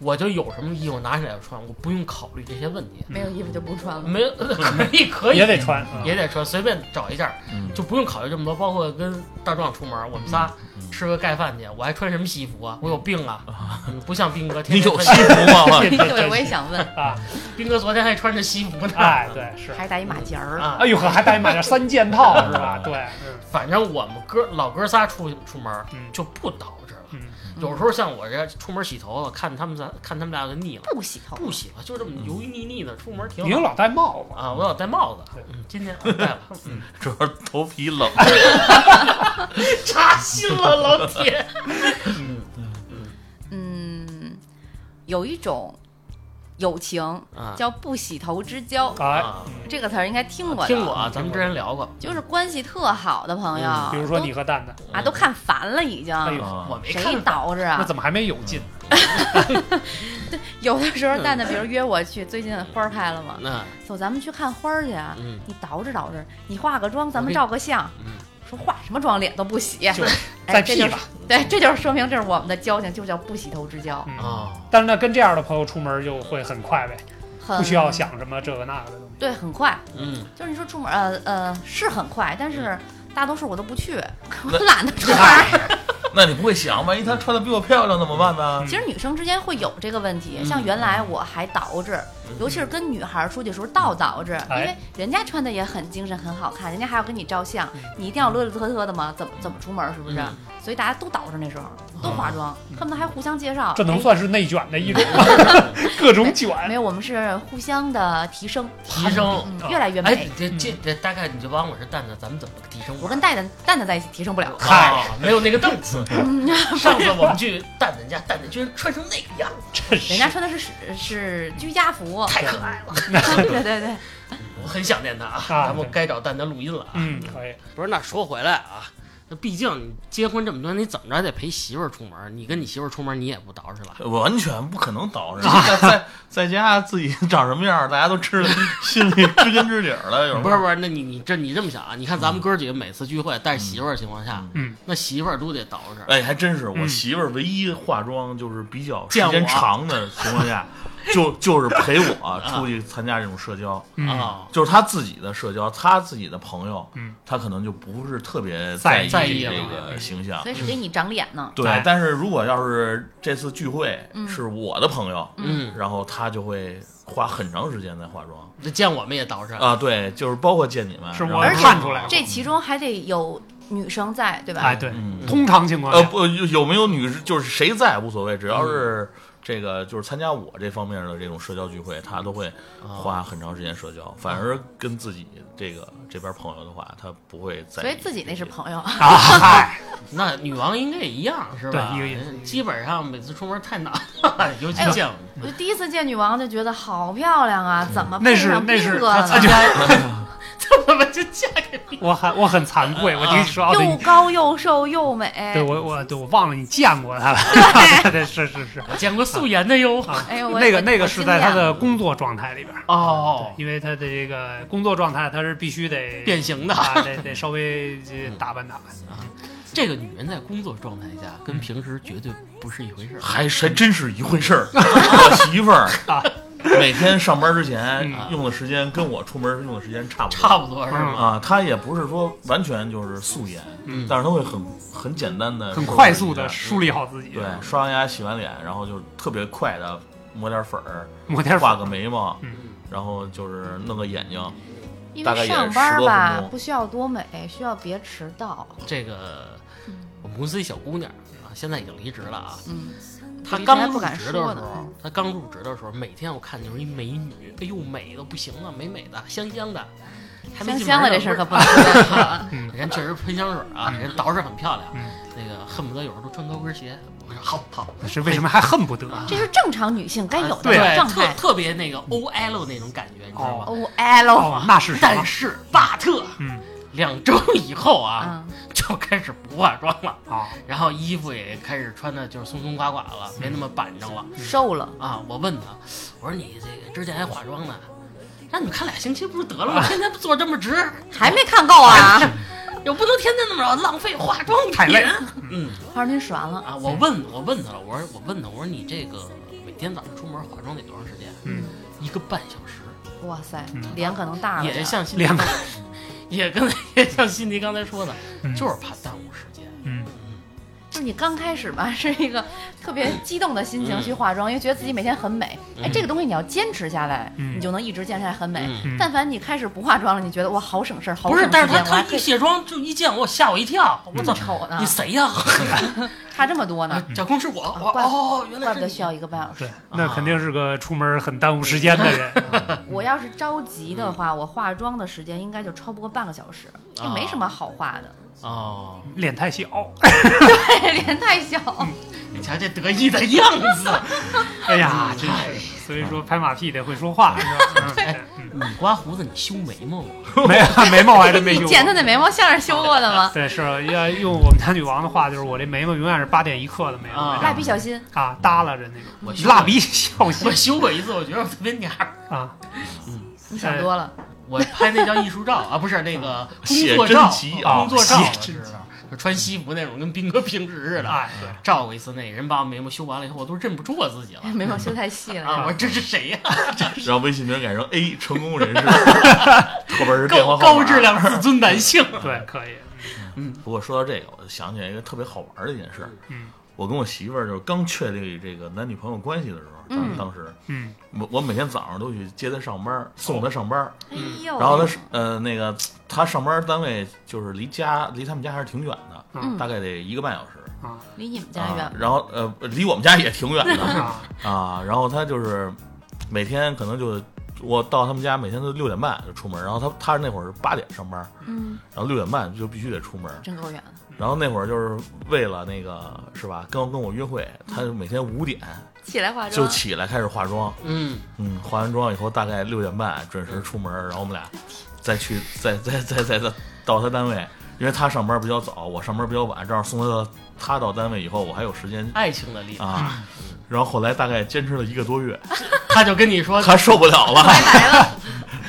[SPEAKER 1] 我就有什么衣服拿起来就穿，我不用考虑这些问题。
[SPEAKER 4] 没有衣服就不穿了。
[SPEAKER 1] 没有 可以可以嗯
[SPEAKER 3] 也得穿。嗯
[SPEAKER 1] 也得穿，随便找一件儿，
[SPEAKER 2] 嗯，
[SPEAKER 1] 就不用考虑这么多。包括跟大壮出门，我们仨
[SPEAKER 2] 嗯
[SPEAKER 1] 吃个盖饭去，我还穿什么西服啊？我有病啊！嗯不像斌哥，天
[SPEAKER 2] 你
[SPEAKER 1] 天
[SPEAKER 2] 有
[SPEAKER 1] 穿
[SPEAKER 2] 西服吗？
[SPEAKER 3] 这这
[SPEAKER 4] 对，
[SPEAKER 3] 这
[SPEAKER 4] 我也想问，
[SPEAKER 3] 啊，
[SPEAKER 1] 斌哥昨天还穿着西服呢。
[SPEAKER 3] 哎，对是。
[SPEAKER 4] 还打一马甲儿，
[SPEAKER 1] 啊
[SPEAKER 3] 哎，呦呵，还带买点三件套是吧？对，
[SPEAKER 1] 反正我们哥老哥仨出出门
[SPEAKER 3] 嗯
[SPEAKER 1] 就不捯饬了。
[SPEAKER 3] 嗯
[SPEAKER 1] 有时候像我这出门洗头了，看他们仨，看他们俩就腻了，
[SPEAKER 4] 不洗头。
[SPEAKER 1] 不洗了，就这么油油腻腻的，出门挺
[SPEAKER 3] 嗯，您
[SPEAKER 1] 好。
[SPEAKER 3] 老戴帽子，
[SPEAKER 1] 啊，我老戴帽子，嗯，今天我戴了， 嗯，
[SPEAKER 2] 主要是头皮冷，
[SPEAKER 1] 扎心了，老铁。
[SPEAKER 4] 嗯，有一种友情
[SPEAKER 1] 啊，
[SPEAKER 4] 叫不洗头之交，
[SPEAKER 3] 哎
[SPEAKER 1] 啊，
[SPEAKER 3] 嗯
[SPEAKER 4] 这个词儿应该听过的。
[SPEAKER 1] 听过啊，咱们之前聊过，
[SPEAKER 4] 就是关系特好的朋友，
[SPEAKER 3] 嗯比如说你和蛋蛋，
[SPEAKER 4] 都啊，都看烦了已经，
[SPEAKER 3] 哎呦
[SPEAKER 1] 我
[SPEAKER 2] 啊
[SPEAKER 1] 没看
[SPEAKER 4] 谁捯饬
[SPEAKER 3] 那
[SPEAKER 4] 啊？
[SPEAKER 3] 怎么还没有劲？
[SPEAKER 4] 有的时
[SPEAKER 3] 嗯
[SPEAKER 4] 候蛋蛋，比如约我去，最近花儿开了嘛，
[SPEAKER 1] 那
[SPEAKER 4] 走，咱们去看花儿去啊。
[SPEAKER 1] 嗯
[SPEAKER 4] 你捯饬捯饬，你化个妆，咱
[SPEAKER 1] 我给
[SPEAKER 4] 们
[SPEAKER 1] 你
[SPEAKER 4] 照个相。
[SPEAKER 1] 嗯，
[SPEAKER 4] 说化什么妆，脸都不洗。
[SPEAKER 3] 就
[SPEAKER 4] 哎，
[SPEAKER 3] 再
[SPEAKER 4] 这
[SPEAKER 3] 屁
[SPEAKER 4] 就是
[SPEAKER 3] 吧。
[SPEAKER 4] 对，这就是说明这是我们的交情，就叫不洗头之交，
[SPEAKER 3] 嗯
[SPEAKER 1] 哦，
[SPEAKER 3] 但是呢，跟这样的朋友出门就会很快呗，
[SPEAKER 4] 很
[SPEAKER 3] 嗯不需要。想什么这个那个的东西。
[SPEAKER 4] 对，很快，
[SPEAKER 1] 嗯，
[SPEAKER 4] 就是你说出门，呃呃，是很快，但
[SPEAKER 3] 嗯
[SPEAKER 4] 是大多数我都不去， 我
[SPEAKER 2] 那
[SPEAKER 4] 懒得出门儿。
[SPEAKER 2] 那你不会想，万一她穿的比我漂亮怎么办呢？
[SPEAKER 4] 其实女生之间会有这个问题，
[SPEAKER 1] 嗯
[SPEAKER 4] 像原来我还捯饬，尤其是跟女孩儿出去的时候倒捯饬，
[SPEAKER 3] 嗯哎
[SPEAKER 4] 因为人家穿的也很精神、很好看，人家还要跟你照相
[SPEAKER 3] 嗯，
[SPEAKER 4] 你一定要乐乐呵呵的嘛，怎么怎么出门儿是不是？所以大家都捯饬那时候，都化妆，恨不得还互相介绍。
[SPEAKER 3] 哦嗯这能
[SPEAKER 4] 哎
[SPEAKER 3] 算是内卷的一种， 各种卷
[SPEAKER 4] 没。有，我们是互相的提升，
[SPEAKER 1] 提升。
[SPEAKER 4] 嗯
[SPEAKER 3] 啊，
[SPEAKER 4] 越来越
[SPEAKER 1] 哎
[SPEAKER 4] 美。，
[SPEAKER 1] 这这这大概你就帮我是蛋蛋，咱们怎么提升？
[SPEAKER 4] 我跟蛋蛋蛋蛋在一起提升不了，
[SPEAKER 1] 啊，没有那个档 次。上次我们去蛋蛋家，蛋蛋居然穿成那个样子，，
[SPEAKER 3] 真是
[SPEAKER 4] 人家穿的是是是居家服
[SPEAKER 1] 太可爱了，
[SPEAKER 4] 对对对，
[SPEAKER 1] 我很想念他啊。
[SPEAKER 3] 啊
[SPEAKER 1] 咱们该找蛋蛋录音了啊。
[SPEAKER 3] 嗯，可以。
[SPEAKER 1] 不是，那说回来啊，那毕竟你结婚这么多年，你怎么着也得陪媳妇儿出门。你跟你媳妇儿出门，你也不捯饬吧？
[SPEAKER 2] 完全不可能捯饬，在在在家自己长什么样，大家都知道，心里知根知底儿了。有时
[SPEAKER 3] 嗯
[SPEAKER 2] 候
[SPEAKER 1] 不是不是，那你你这你这么想啊？你看咱们哥几个每次聚会带着媳妇儿的情况下，
[SPEAKER 3] 嗯，
[SPEAKER 1] 那媳妇儿都得捯饬。
[SPEAKER 2] 哎，还真是我
[SPEAKER 3] 嗯
[SPEAKER 2] 媳妇儿唯一化妆就是比较时
[SPEAKER 1] 见
[SPEAKER 2] 间
[SPEAKER 1] 我
[SPEAKER 2] 长的情况下，就就是陪我出去参加这种社交，
[SPEAKER 3] 嗯
[SPEAKER 1] 啊，
[SPEAKER 2] 就是她自己的社交，她自己的朋友，
[SPEAKER 3] 嗯，
[SPEAKER 2] 她可能就不是特别
[SPEAKER 3] 在
[SPEAKER 2] 意
[SPEAKER 1] 在意
[SPEAKER 2] 这
[SPEAKER 1] 了
[SPEAKER 2] 个形象
[SPEAKER 4] 所。以是给你长脸呢。
[SPEAKER 2] 对
[SPEAKER 3] 哎，
[SPEAKER 2] 但是如果要是这次聚会
[SPEAKER 4] 嗯
[SPEAKER 2] 是我的朋友，
[SPEAKER 1] 嗯，
[SPEAKER 2] 然后她就会花很长时间在化妆
[SPEAKER 1] 那见我们也捯饬。
[SPEAKER 2] 啊。对，就是包括见你们，
[SPEAKER 3] 嗯是
[SPEAKER 2] 然
[SPEAKER 3] 我
[SPEAKER 2] 后
[SPEAKER 4] 而且
[SPEAKER 3] 看出来了。
[SPEAKER 4] 这其中还得有女生在，对吧？
[SPEAKER 3] 哎，对，
[SPEAKER 2] 嗯
[SPEAKER 3] 通常情况
[SPEAKER 2] 呃
[SPEAKER 3] 下，嗯
[SPEAKER 2] 不有有没有女士就是谁在无所谓，只要是这个就是参加我这方面的这种社交聚会，他都会
[SPEAKER 3] 啊
[SPEAKER 2] 花很长时间社交，反而跟自己这个这边朋友的话，他不会在意。
[SPEAKER 4] 所以自己那是朋友，
[SPEAKER 3] 啊，嗨，
[SPEAKER 1] 那女王应该也一样是吧？
[SPEAKER 3] 对一个意思
[SPEAKER 1] 基本上每次出门太难
[SPEAKER 3] 哎
[SPEAKER 1] 了，尤其见
[SPEAKER 4] 我就第一次见女王就觉得好漂亮啊，怎么
[SPEAKER 3] 那
[SPEAKER 4] 配
[SPEAKER 3] 是
[SPEAKER 4] 上
[SPEAKER 3] 那
[SPEAKER 4] 逼
[SPEAKER 3] 是
[SPEAKER 4] 哥
[SPEAKER 3] 他参
[SPEAKER 4] 呢？
[SPEAKER 3] 加，
[SPEAKER 1] 怎么就嫁给你？
[SPEAKER 3] 我很我很惭愧，我第一次说，哦，对
[SPEAKER 4] 啊又
[SPEAKER 3] 你
[SPEAKER 4] 高又瘦又美，
[SPEAKER 3] 对我我对我忘了你见过他了， 对，是是是，
[SPEAKER 1] 我见过素颜的哟。
[SPEAKER 3] 啊，
[SPEAKER 4] 哎呦我
[SPEAKER 3] 那个
[SPEAKER 4] 我
[SPEAKER 3] 那个
[SPEAKER 4] 我
[SPEAKER 3] 是
[SPEAKER 4] 惊
[SPEAKER 3] 在他
[SPEAKER 4] 讶
[SPEAKER 3] 的工作状态里边儿，
[SPEAKER 1] 哦，
[SPEAKER 3] 因为他的这个工作状态，他是必须得
[SPEAKER 1] 变形的
[SPEAKER 3] 啊，得得稍微这打扮打扮。
[SPEAKER 1] 这个女人在工作状态下跟平时绝对不是一回
[SPEAKER 3] 嗯
[SPEAKER 1] 事儿。
[SPEAKER 2] 还是还真是一回事 儿。我媳妇儿
[SPEAKER 3] 啊
[SPEAKER 2] 每天上班之前
[SPEAKER 3] 嗯
[SPEAKER 2] 用的时间跟我出门用的时间差不多，
[SPEAKER 1] 差不多是吧？
[SPEAKER 2] 啊，她也不是说完全就是素颜，
[SPEAKER 1] 嗯
[SPEAKER 2] 但是她会很很简单的、
[SPEAKER 3] 很快速的梳理好自己，
[SPEAKER 2] 对，刷完牙、洗完脸，然后就特别快的抹点粉儿，
[SPEAKER 3] 抹点
[SPEAKER 2] 画
[SPEAKER 3] 粉，
[SPEAKER 2] 个眉毛，
[SPEAKER 3] 嗯
[SPEAKER 2] 然后就是弄个眼睛，
[SPEAKER 4] 因
[SPEAKER 2] 大概
[SPEAKER 4] 为
[SPEAKER 2] 也
[SPEAKER 4] 上
[SPEAKER 2] 10
[SPEAKER 4] 班
[SPEAKER 2] 多分
[SPEAKER 4] 吧
[SPEAKER 2] 钟
[SPEAKER 4] 不需要多美，需要别迟到。
[SPEAKER 1] 这个我们公司一小姑娘啊，现在已经离职了啊。
[SPEAKER 4] 嗯，
[SPEAKER 1] 她
[SPEAKER 4] 离职还
[SPEAKER 1] 刚
[SPEAKER 4] 不
[SPEAKER 1] 入
[SPEAKER 4] 敢
[SPEAKER 1] 职的时
[SPEAKER 4] 说呢
[SPEAKER 1] 候
[SPEAKER 4] 嗯，
[SPEAKER 1] 她刚入职的时候，每天我看就是一美女，哎呦美的不行了，美美的，香香的。还没
[SPEAKER 4] 香
[SPEAKER 1] 进
[SPEAKER 4] 香
[SPEAKER 1] 门
[SPEAKER 4] 的
[SPEAKER 1] 呢
[SPEAKER 4] 这事儿可
[SPEAKER 1] 不
[SPEAKER 4] 不能说啊
[SPEAKER 3] 嗯
[SPEAKER 1] 人确实喷香水啊，人捯饬很漂亮，
[SPEAKER 3] 嗯
[SPEAKER 1] 那个恨不得有时候都穿高跟鞋。我说好好，
[SPEAKER 3] 是为什么还恨不得？ 啊
[SPEAKER 4] 这是正常女性该哎有的
[SPEAKER 3] 对
[SPEAKER 4] 状
[SPEAKER 1] 特
[SPEAKER 4] 态。
[SPEAKER 1] 特别那个 O L 那种感觉，你知道吗？
[SPEAKER 4] O L，
[SPEAKER 3] 哦，那是什么
[SPEAKER 1] 但？是巴特
[SPEAKER 3] 嗯
[SPEAKER 1] 两周以后啊，
[SPEAKER 4] 嗯，
[SPEAKER 1] 就开始不化妆了，
[SPEAKER 3] 啊，
[SPEAKER 1] 然后衣服也开始穿的就是松松垮垮了，没那么板正了
[SPEAKER 4] 嗯瘦了，
[SPEAKER 1] 啊。我问他，我说你这个之前还化妆呢，让你们看俩星期不是得了吗？天天做这么直，
[SPEAKER 4] 还没看够啊？
[SPEAKER 1] 又不能天天那么着，浪费化妆品。
[SPEAKER 3] 太累了
[SPEAKER 1] 嗯
[SPEAKER 4] 花儿您说完了，
[SPEAKER 1] 啊，我问我问他了，我说我问他，我说你这个每天早上出门化妆得多长时间？
[SPEAKER 3] 嗯，
[SPEAKER 1] 一个半小时，
[SPEAKER 4] 哇塞
[SPEAKER 3] 嗯，
[SPEAKER 4] 脸可能大了点
[SPEAKER 1] 也
[SPEAKER 4] 儿，
[SPEAKER 1] 像辛迪
[SPEAKER 3] 两
[SPEAKER 1] 刚
[SPEAKER 3] 个，
[SPEAKER 1] 也跟也像辛迪刚才说的，
[SPEAKER 3] 嗯
[SPEAKER 1] 就是怕耽误时间。
[SPEAKER 3] 嗯，
[SPEAKER 4] 就是你刚开始吧， 是一个特别激动的心情
[SPEAKER 1] 嗯
[SPEAKER 4] 去化妆，因为觉得自己每天很美。哎，
[SPEAKER 1] 嗯
[SPEAKER 4] 这个东西你要坚持下来，
[SPEAKER 3] 嗯
[SPEAKER 4] 你就能一直坚持下来很美。
[SPEAKER 1] 嗯
[SPEAKER 4] 但凡你开始不化妆了，你觉得哇，好省事儿，好
[SPEAKER 1] 不是
[SPEAKER 4] 省时，
[SPEAKER 1] 但
[SPEAKER 4] 间，
[SPEAKER 1] 是他
[SPEAKER 4] 我
[SPEAKER 1] 他
[SPEAKER 4] 还
[SPEAKER 1] 一
[SPEAKER 4] 可以
[SPEAKER 1] 卸妆就一见我吓我一跳，我
[SPEAKER 4] 这么
[SPEAKER 1] 操，
[SPEAKER 4] 丑呢
[SPEAKER 1] 你，谁 呀？
[SPEAKER 4] 差这么多呢，
[SPEAKER 1] 假公是我，我
[SPEAKER 4] 啊怪
[SPEAKER 1] 哦，原
[SPEAKER 4] 怪
[SPEAKER 1] 来是
[SPEAKER 4] 不得
[SPEAKER 1] 你
[SPEAKER 4] 需要一个半小时。
[SPEAKER 1] 啊
[SPEAKER 3] 对，那肯定是个出门很耽误时间的 人。嗯
[SPEAKER 4] 我要是着急的话，我化妆的时间应该就超不过半个小
[SPEAKER 1] 啊
[SPEAKER 4] 时，就没什么好化的。
[SPEAKER 1] 哦，
[SPEAKER 3] 脸 太小，
[SPEAKER 4] 脸太小，
[SPEAKER 1] 嗯你瞧这得意的样子，
[SPEAKER 3] 哎呀，真是，所以说拍马屁得会说话， 是吧？
[SPEAKER 1] 你
[SPEAKER 3] 嗯
[SPEAKER 1] 刮胡子你修眉毛啊吗？
[SPEAKER 3] 嗯 没有眉毛还真没
[SPEAKER 4] 你
[SPEAKER 3] 修过。
[SPEAKER 4] 剪的那眉毛像是修过的吗？
[SPEAKER 3] 对，是啊要用我们家女王的话，就是我这眉毛永远是八点一刻的眉毛
[SPEAKER 1] 啊，
[SPEAKER 4] 蜡笔小新，
[SPEAKER 3] 啊，耷拉着那
[SPEAKER 1] 我
[SPEAKER 3] 种，
[SPEAKER 1] 修
[SPEAKER 3] 蜡笔小新
[SPEAKER 1] 我修过一次，我觉得我特别娘儿。
[SPEAKER 3] 啊，
[SPEAKER 4] 你想多了。
[SPEAKER 1] 我拍那叫艺术照啊，不是那个工
[SPEAKER 2] 写
[SPEAKER 1] 作
[SPEAKER 2] 真
[SPEAKER 1] 照，
[SPEAKER 2] 集啊
[SPEAKER 1] 工作照
[SPEAKER 3] 写
[SPEAKER 1] 我
[SPEAKER 3] 真
[SPEAKER 1] 知道，就穿西服那种，跟斌哥平时似的。
[SPEAKER 3] 哎，对。
[SPEAKER 1] 照过一次那，人把我眉毛修完了以后，我都认不出我 自己了
[SPEAKER 4] 眉毛修太细
[SPEAKER 2] 嗯
[SPEAKER 1] 啊！
[SPEAKER 4] 了，哎
[SPEAKER 1] 我说这是谁呀、
[SPEAKER 2] 然后微信名改成 A 成功人士， 后边是电
[SPEAKER 1] 高
[SPEAKER 2] 话号码
[SPEAKER 1] 高
[SPEAKER 2] 啊
[SPEAKER 1] 质。量自尊男性。
[SPEAKER 3] 对，可 以，
[SPEAKER 2] 不过说到这个，我就想起来一个特别好玩的一件事儿。
[SPEAKER 3] 嗯
[SPEAKER 2] 我跟我媳妇儿就是刚确立这个男女朋友关系的时候，咱们
[SPEAKER 4] 嗯
[SPEAKER 2] 当时
[SPEAKER 3] 嗯，哦
[SPEAKER 2] 我我每天早上都去接她上班儿，送她上班儿。
[SPEAKER 4] 哎呦，
[SPEAKER 2] 嗯然后她是呃那个她上班单位就是离家离他们家还是挺远的，
[SPEAKER 4] 嗯
[SPEAKER 2] 大概得一个半小时。
[SPEAKER 3] 啊
[SPEAKER 4] 离你们家
[SPEAKER 2] 啊
[SPEAKER 4] 远，，
[SPEAKER 2] 然后呃离我们家也挺远 的
[SPEAKER 3] 啊，
[SPEAKER 2] 啊。然后她就是每天可能就我到他们家每天都六点半就出门，然后她她那会儿是八点上班，
[SPEAKER 4] 嗯，
[SPEAKER 2] 然后六点半就必须得出门。
[SPEAKER 4] 真够远的。
[SPEAKER 2] 然后那会儿就是为了那个是吧，跟跟我约会，她就每天五点
[SPEAKER 4] 起来化
[SPEAKER 2] 就
[SPEAKER 4] 妆，
[SPEAKER 2] 起来开始化妆，
[SPEAKER 1] 嗯，
[SPEAKER 2] 嗯，化完妆以后大概六点半准时出门，然后我们俩再去再再再再再到她单位，因为她上班比较早，我上班比较晚，这样送她到她到单位以后，我还有时间
[SPEAKER 1] 爱情的力量，
[SPEAKER 2] 啊。然后后来大概坚持了一个多月，
[SPEAKER 1] 他就跟你说，
[SPEAKER 2] 她受不了了，
[SPEAKER 4] 拜拜了，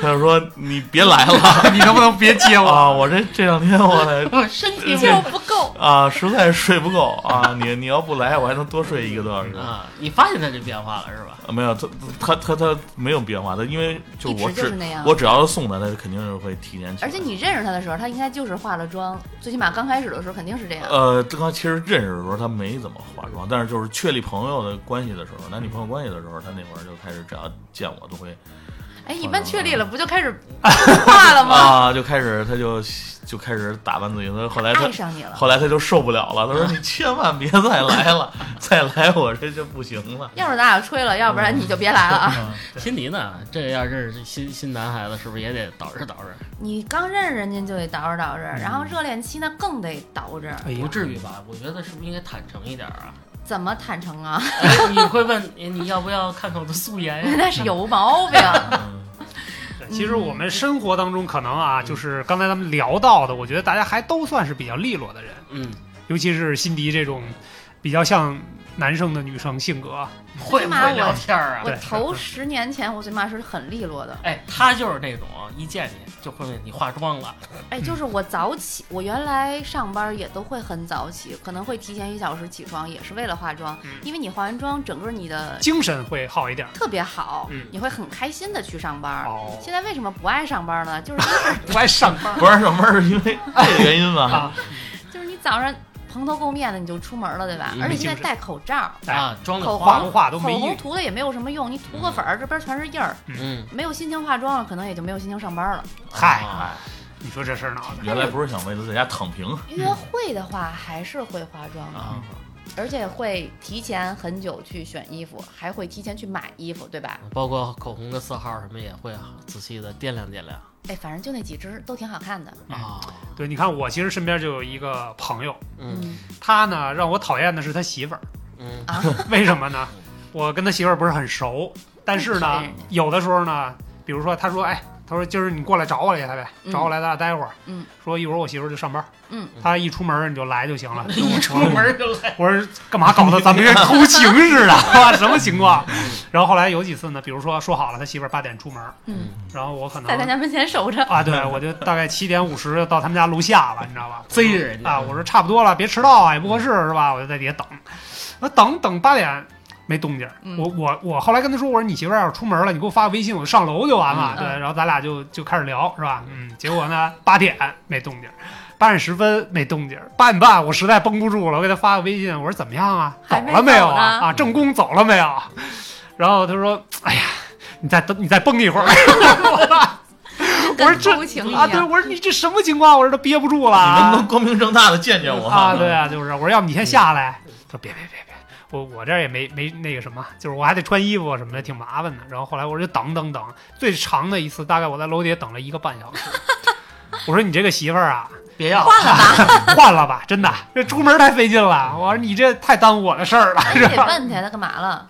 [SPEAKER 2] 她就说：“你别来了
[SPEAKER 3] 你能不能别接我？
[SPEAKER 2] 啊！我这这两天我得
[SPEAKER 1] 我身体
[SPEAKER 4] 劲儿不够。
[SPEAKER 2] 啊，实在睡不够啊！你你要不来，我还能多睡一个多小时。”
[SPEAKER 1] 啊，你发现他这变化了是吧？
[SPEAKER 2] 啊，没有，他他他他没有变化，他因为就
[SPEAKER 4] 一
[SPEAKER 2] 我
[SPEAKER 4] 直
[SPEAKER 2] 只
[SPEAKER 4] 就是那样
[SPEAKER 2] 我只要是送他，他肯定是会提前起来。
[SPEAKER 4] 而且你认识他的时候，他应该就是化了妆，最起码刚开始的时候肯定是这样。
[SPEAKER 2] 呃，刚刚其实认识的时候他没怎么化妆，但是就是确立朋友的关系的时候，男女朋友关系的时候，他那会儿就开始只要见我都会
[SPEAKER 4] 哎，一般确立了不就开 始化了吗？
[SPEAKER 2] 啊，就开始他就就开始打扮自己，他后来他
[SPEAKER 4] 爱上你了，啊
[SPEAKER 2] 后来他就受不了了，他说你千万别再 来了，再来我这就不行了。
[SPEAKER 4] 要不然咱俩吹了，要不然你就别来了 啊！
[SPEAKER 1] 心迪呢？这要认识新新男孩子，是不是也得捯饬捯饬？
[SPEAKER 4] 你刚认识人家就得捯饬捯饬，然后热恋期那更得捯饬。
[SPEAKER 3] 哎
[SPEAKER 1] 不
[SPEAKER 3] 呀，
[SPEAKER 1] 至于吧？我觉得是不是应该坦诚一点啊？
[SPEAKER 4] 怎么坦诚啊？
[SPEAKER 1] 哎你会问你你要不要看看我的素颜 呀？
[SPEAKER 4] 那是有毛
[SPEAKER 2] 哎
[SPEAKER 4] 病。
[SPEAKER 1] 嗯
[SPEAKER 3] 其实我们生活当中可能啊，就是刚才咱们聊到的，我觉得大家还都算是比较利落的人，
[SPEAKER 1] 嗯，
[SPEAKER 3] 尤其是辛迪这种比较像男生的女生性格啊，
[SPEAKER 1] 会
[SPEAKER 4] 起
[SPEAKER 1] 不
[SPEAKER 4] 码
[SPEAKER 1] 会
[SPEAKER 4] 我
[SPEAKER 1] 聊天儿啊
[SPEAKER 4] 我？
[SPEAKER 3] 对
[SPEAKER 4] 头十年前我最起码是很利落的，
[SPEAKER 1] 哎，他就是那种一见你就会问你化妆了，
[SPEAKER 4] 哎，就是我早起，我原来上班也都会很早起，可能会提前一小时起床，也是为了化妆
[SPEAKER 3] 嗯，
[SPEAKER 4] 因为你化完妆，整个你的
[SPEAKER 3] 精神会好一 点。
[SPEAKER 4] 特别好
[SPEAKER 3] 嗯，
[SPEAKER 4] 你会很开心的去上班。
[SPEAKER 3] 哦，
[SPEAKER 4] 现在为什么不爱上班呢？就是
[SPEAKER 3] 不爱上班
[SPEAKER 2] 不是上班是因为这个原因吧？
[SPEAKER 3] 啊，
[SPEAKER 4] 就是你早上蓬头垢面的你就出门了，对吧？
[SPEAKER 1] 嗯
[SPEAKER 4] 而且现在戴口罩，
[SPEAKER 3] 哎
[SPEAKER 1] 啊，妆给
[SPEAKER 4] 口
[SPEAKER 1] 花
[SPEAKER 3] 黄
[SPEAKER 1] 了，
[SPEAKER 3] 话都
[SPEAKER 4] 口
[SPEAKER 3] 没
[SPEAKER 4] 红
[SPEAKER 3] 用。
[SPEAKER 4] 涂的也没有什么用，你涂个粉儿，这边全是印儿，
[SPEAKER 1] 嗯，
[SPEAKER 4] 没有心情化妆了，可能也就没有心情上班了。
[SPEAKER 3] 嗨，
[SPEAKER 1] 啊
[SPEAKER 3] 你说这事儿闹的，
[SPEAKER 2] 原来不是想为了在家躺平
[SPEAKER 3] 嗯
[SPEAKER 4] 约会的话还是会化妆的，
[SPEAKER 1] 啊，
[SPEAKER 4] 而且会提前很久去选衣服，还会提前去买衣服，对吧？
[SPEAKER 1] 包括口红的色号什么也会啊仔细的掂量掂量
[SPEAKER 4] 哎，反正就那几支都挺好看的。
[SPEAKER 1] 啊，
[SPEAKER 3] 对，你看我其实身边就有一个朋友，
[SPEAKER 1] 嗯
[SPEAKER 3] 他呢让我讨厌的是他媳妇 儿，
[SPEAKER 1] 嗯
[SPEAKER 4] 啊，
[SPEAKER 3] 为什么呢？我跟他媳妇儿不是很熟，但是呢
[SPEAKER 4] 嗯，
[SPEAKER 3] 有的时候呢，比如说他说，哎，他说今儿你过来找我一下呗，
[SPEAKER 4] 嗯
[SPEAKER 3] 找我来咱俩待会儿，
[SPEAKER 4] 嗯，
[SPEAKER 3] 说一会儿我媳妇儿就上班，
[SPEAKER 4] 嗯，
[SPEAKER 3] 他一出门你就来就行了。
[SPEAKER 1] 一出门就来，
[SPEAKER 3] 我说干嘛搞得咱们跟偷情似的， 哇什么情况？然后后来有几次呢，比如说说好了他媳妇儿八点出门，
[SPEAKER 4] 嗯，
[SPEAKER 3] 然后我可
[SPEAKER 4] 在他
[SPEAKER 3] 能。
[SPEAKER 4] 家门前守着。
[SPEAKER 3] 啊，对，我就大概七点五十就到他们家楼下了，你知道 吧？
[SPEAKER 1] 贼人家
[SPEAKER 3] 啊，
[SPEAKER 4] 嗯
[SPEAKER 3] 我说差不多了，别迟到啊，也不合适是吧？我就在底下等，那等等八点没动静儿，
[SPEAKER 4] 嗯
[SPEAKER 3] 我我我后来跟他说，我说你媳妇儿要是出门了，你给我发个微信，我就上楼就完了。
[SPEAKER 4] 嗯
[SPEAKER 3] 对，然后咱俩就就开始聊是吧？嗯，结果呢八点没动静儿。八点十分没动静儿，八点半我实在绷不住了，我给他发个微信，我说怎么样啊？走
[SPEAKER 4] 还没
[SPEAKER 3] 了没有啊？
[SPEAKER 4] 走呢
[SPEAKER 3] 啊，正宫走了没有？ 然后他说：“哎呀，你再等，你再绷一会儿。” 我说
[SPEAKER 4] 跟
[SPEAKER 3] 这
[SPEAKER 4] 偷情一
[SPEAKER 3] 啊，对，
[SPEAKER 4] 样。
[SPEAKER 3] 我说你这什么情况？我说都憋不住
[SPEAKER 2] 你
[SPEAKER 3] 了啊，
[SPEAKER 2] 能不能光明正大的见见我
[SPEAKER 3] 啊？对啊，就是我说要不你先下来，
[SPEAKER 2] 嗯
[SPEAKER 3] 说别别别别，我我这儿也没没那个什么，就是我还得穿衣服什么的，挺麻烦的。然后后来我说就等等等，最长的一次大概我在楼底下等了一个半小时。 我说你这个媳妇儿啊，
[SPEAKER 1] 别要
[SPEAKER 3] 换了吧，真的，这出门太费劲了。我说你这太耽误我的事儿了。
[SPEAKER 4] 哎，你
[SPEAKER 3] 是
[SPEAKER 4] 得
[SPEAKER 3] 吧？
[SPEAKER 4] 问他他干嘛了？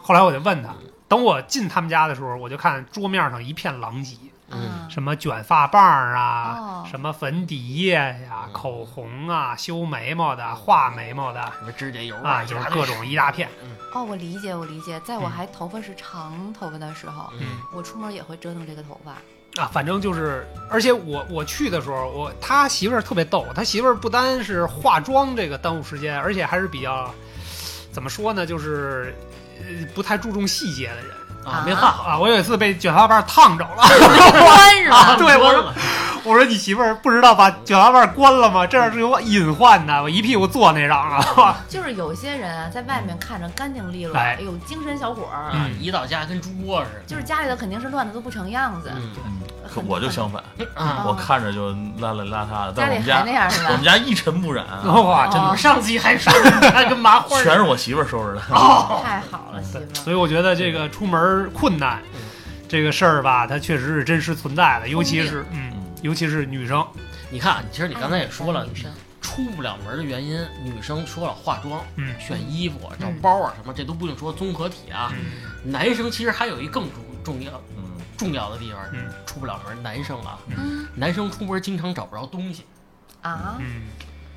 [SPEAKER 3] 后来我就问他，等我进他们家的时候，我就看桌面上一片狼藉，
[SPEAKER 1] 嗯
[SPEAKER 4] 啊，
[SPEAKER 3] 什么卷发棒儿啊，
[SPEAKER 4] 哦
[SPEAKER 3] 什么粉底液呀、
[SPEAKER 1] 嗯
[SPEAKER 3] 口红啊、修眉毛的、画眉毛的
[SPEAKER 1] 什么指甲油
[SPEAKER 3] 啊，就是各种一大片。
[SPEAKER 4] 哦，我理解，我理解。在我
[SPEAKER 3] 嗯
[SPEAKER 4] 还头发是长头发的时候，
[SPEAKER 1] 嗯
[SPEAKER 4] 我出门也会折腾这个头发。
[SPEAKER 3] 啊，反正就是，而且我我去的时候，我他媳妇儿特别逗，他媳妇儿不单是化妆这个耽误时间，而且还是比较怎么说呢，就是呃不太注重细节的人
[SPEAKER 1] 啊，没画好，
[SPEAKER 3] 啊。我有一次被卷发棒烫着了，
[SPEAKER 4] 关是
[SPEAKER 1] 啊
[SPEAKER 4] 吧？
[SPEAKER 3] 对我说
[SPEAKER 1] 了，
[SPEAKER 3] 我说你媳妇儿不知道把卷发棒关了吗？这样是有隐患的，我一屁股坐那上了。
[SPEAKER 4] 就是有些人啊，在外面看着干净利落，
[SPEAKER 3] 哎
[SPEAKER 4] 哎呦，精神小伙儿，
[SPEAKER 1] 啊，一到家跟猪窝似的，
[SPEAKER 4] 就是家里头肯定是乱的都不成样子。
[SPEAKER 1] 嗯
[SPEAKER 2] 嗯
[SPEAKER 4] 很嗯
[SPEAKER 2] 我就相反，
[SPEAKER 1] 啊，
[SPEAKER 2] 我看着就邋里邋遢的，
[SPEAKER 4] 家
[SPEAKER 2] 但我
[SPEAKER 4] 里
[SPEAKER 2] 们
[SPEAKER 4] 还
[SPEAKER 2] 家
[SPEAKER 4] 那样是
[SPEAKER 2] 我们
[SPEAKER 4] 吧？
[SPEAKER 2] 家一尘不染，啊
[SPEAKER 3] 哇，真的。哎
[SPEAKER 1] 我上次还说他跟麻花
[SPEAKER 2] 全是我媳妇儿收拾的。
[SPEAKER 4] 太好了，媳妇儿。
[SPEAKER 3] 所以我觉得这个出门困难
[SPEAKER 1] 嗯
[SPEAKER 3] 这个事儿吧，它确实是真实存在的，尤其是嗯
[SPEAKER 2] 嗯，
[SPEAKER 3] 尤其是女生，
[SPEAKER 1] 你看，啊其实你刚才也说了
[SPEAKER 4] 哎，女生
[SPEAKER 1] 出不了门的原因，女生说了化妆、
[SPEAKER 3] 嗯
[SPEAKER 1] 选衣服、找包啊什么，这都不用说综合体啊。
[SPEAKER 3] 嗯
[SPEAKER 1] 男生其实还有一更重重要
[SPEAKER 2] 嗯，
[SPEAKER 1] 重要的地方
[SPEAKER 3] 嗯，
[SPEAKER 1] 出不了门。男生啊，
[SPEAKER 4] 嗯
[SPEAKER 1] 男生出门经常找不着东西。
[SPEAKER 4] 啊，
[SPEAKER 3] 嗯，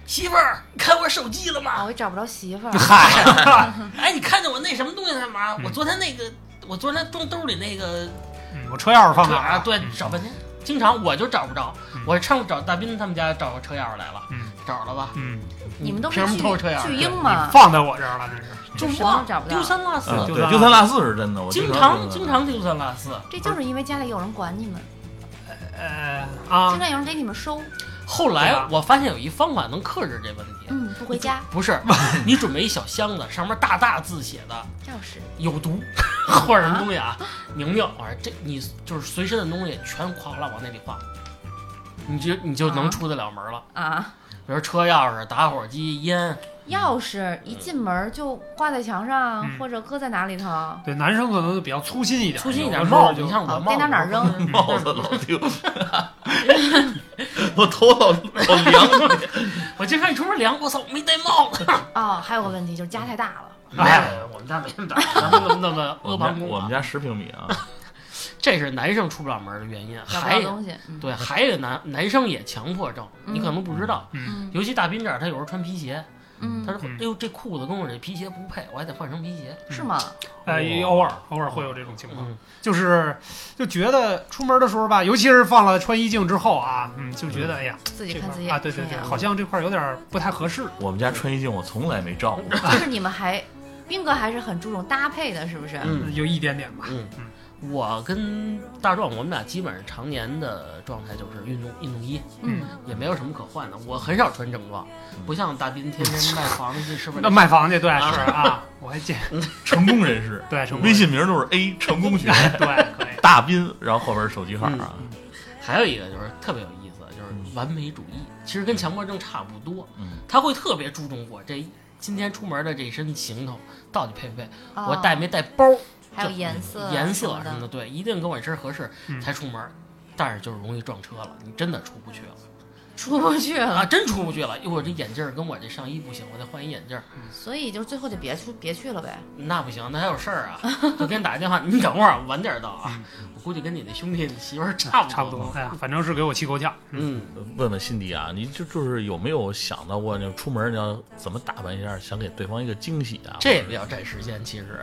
[SPEAKER 1] 媳妇儿，你看我手机了
[SPEAKER 4] 啊
[SPEAKER 1] 吗？
[SPEAKER 4] 我也找不着媳妇儿。
[SPEAKER 3] 嗨，
[SPEAKER 1] 哎，你看见我那什么东西了吗？
[SPEAKER 3] 嗯
[SPEAKER 1] 我昨天那个，我昨天装兜里那个
[SPEAKER 3] 嗯我车钥匙放哪儿
[SPEAKER 1] 啊？
[SPEAKER 3] 了？
[SPEAKER 1] 对，找半天，经常我就找不着
[SPEAKER 3] 嗯。
[SPEAKER 1] 我上次找大斌他们家找车钥匙来了，
[SPEAKER 3] 嗯
[SPEAKER 1] 找着了吧？
[SPEAKER 3] 嗯，
[SPEAKER 4] 你们都
[SPEAKER 1] 凭什
[SPEAKER 4] 是
[SPEAKER 1] 么
[SPEAKER 4] 巨
[SPEAKER 1] 偷我车钥
[SPEAKER 4] 巨
[SPEAKER 1] 匙？
[SPEAKER 4] 婴吗？
[SPEAKER 3] 放在我这儿了，这是
[SPEAKER 1] 就
[SPEAKER 4] 什么
[SPEAKER 1] 忘
[SPEAKER 4] 都找不到
[SPEAKER 1] 丢三落四，
[SPEAKER 2] 嗯
[SPEAKER 3] 就
[SPEAKER 2] 对，
[SPEAKER 3] 咱
[SPEAKER 2] 丢三落四是真的，我
[SPEAKER 1] 经
[SPEAKER 2] 常
[SPEAKER 1] 常经常丢三
[SPEAKER 4] 啊
[SPEAKER 1] 落四。
[SPEAKER 4] 这就是因为家里有人管你们，
[SPEAKER 3] 呃
[SPEAKER 4] 经
[SPEAKER 3] 啊，
[SPEAKER 4] 常有人给你们收。
[SPEAKER 1] 后
[SPEAKER 3] 对
[SPEAKER 1] 来
[SPEAKER 3] 吧
[SPEAKER 1] 我发现有一方法能克制这问题，
[SPEAKER 4] 嗯，不回家，
[SPEAKER 1] 不是你准备一小箱子，上面大大字写的
[SPEAKER 4] 钥匙。
[SPEAKER 1] “有毒” 或者什么东西啊，明明我说这你就是随身的东西全哗啦往那里放，你就你就能
[SPEAKER 4] 啊
[SPEAKER 1] 出得了门了。
[SPEAKER 4] 啊，
[SPEAKER 1] 比如车钥匙、打火机、烟，
[SPEAKER 4] 钥匙一进门就挂在墙上，
[SPEAKER 3] 嗯
[SPEAKER 4] 或者搁在哪里头。
[SPEAKER 3] 对，男生可能就比较粗心一点，
[SPEAKER 1] 粗心一点
[SPEAKER 3] 有的时候
[SPEAKER 1] 帽子，
[SPEAKER 3] 就
[SPEAKER 1] 你像我
[SPEAKER 4] 好
[SPEAKER 1] 帽
[SPEAKER 4] 该
[SPEAKER 1] 子
[SPEAKER 4] 哪哪儿
[SPEAKER 1] 我
[SPEAKER 4] 扔
[SPEAKER 2] 帽子老丢，我头老老凉。
[SPEAKER 1] 我经常一出门凉，我操，没戴帽子。
[SPEAKER 4] 哦，还有个问题就是家太大了，
[SPEAKER 1] 哎，我们家没那么大，咱们那么那 么阿
[SPEAKER 2] 我
[SPEAKER 1] 房
[SPEAKER 2] 们
[SPEAKER 1] 宫
[SPEAKER 2] 家
[SPEAKER 1] 啊
[SPEAKER 2] 我们家十平米啊，
[SPEAKER 1] 这是男生出不了门的原因，
[SPEAKER 4] 找不
[SPEAKER 1] 还
[SPEAKER 4] 到东西。嗯
[SPEAKER 1] 对，还有男男生也强迫症，你可能不知道，
[SPEAKER 4] 嗯
[SPEAKER 1] 尤其大斌这儿，他有时候穿皮鞋，他
[SPEAKER 4] 嗯，
[SPEAKER 1] 说：“
[SPEAKER 3] 嗯
[SPEAKER 1] 哎呦，这裤子跟我这皮鞋不配，我还得换成皮鞋。
[SPEAKER 4] 是吗？
[SPEAKER 3] 呃，也偶尔偶尔会有这种情况，
[SPEAKER 1] 嗯
[SPEAKER 3] 就是就觉得出门的时候吧，尤其是放了穿衣镜之后啊，嗯，就觉得哎呀，
[SPEAKER 4] 自己
[SPEAKER 3] 这块
[SPEAKER 4] 看
[SPEAKER 3] 儿
[SPEAKER 4] 自己
[SPEAKER 3] 啊，对对对，
[SPEAKER 4] 眼睛
[SPEAKER 3] 好像这块儿有点儿不太合适。
[SPEAKER 2] 我们家穿衣镜我从来没照过。
[SPEAKER 4] 就是你们还，斌哥还是很注重搭配的，是不是？
[SPEAKER 1] 嗯
[SPEAKER 3] 有一点点吧，
[SPEAKER 1] 嗯我跟大壮，我们俩基本上常年的状态就是运动运动衣，
[SPEAKER 3] 嗯，
[SPEAKER 1] 也没有什么可换的。我很少穿正装，不像大斌天 天卖房子，是不是
[SPEAKER 3] 那？买房去对是啊，我还见
[SPEAKER 2] 成功人士，
[SPEAKER 3] 对 成功
[SPEAKER 2] 微信名都是 A 成功学
[SPEAKER 3] 对可以，
[SPEAKER 2] 大斌，然后后边是手机号啊。
[SPEAKER 1] 还有一个就是特别有意思，就
[SPEAKER 3] 嗯
[SPEAKER 1] 是完美主义，其实跟强迫症差不多，
[SPEAKER 2] 嗯，
[SPEAKER 1] 他会特别注重我这今天出门的这身行头到底配不配，
[SPEAKER 4] 哦
[SPEAKER 1] 我带没带包，
[SPEAKER 4] 还有颜色、
[SPEAKER 1] 颜色
[SPEAKER 4] 色
[SPEAKER 1] 什么的，
[SPEAKER 4] 的，
[SPEAKER 1] 对，一定跟我一身合适
[SPEAKER 3] 嗯
[SPEAKER 1] 才出门。但是就是容易撞车了，你真的出不去了
[SPEAKER 4] 出不去
[SPEAKER 1] 啊，
[SPEAKER 4] 了。
[SPEAKER 1] 真出不去了。哟，我这眼镜儿跟我这上衣不行，我得换一眼镜儿，
[SPEAKER 4] 所以就最后就别出，别去了呗。
[SPEAKER 1] 那不行，那还有事儿 啊。就给你打个电话，你等会儿，晚点儿到啊。我估计跟你那兄弟媳妇儿差不
[SPEAKER 3] 嗯差不多，哎呀，反正是给我气够呛。
[SPEAKER 1] 嗯，
[SPEAKER 2] 问问辛迪啊，你就就是有没有想到过，你出门你要怎么打扮一下，想给对方一个惊喜啊？
[SPEAKER 1] 这也比较占时间，其实，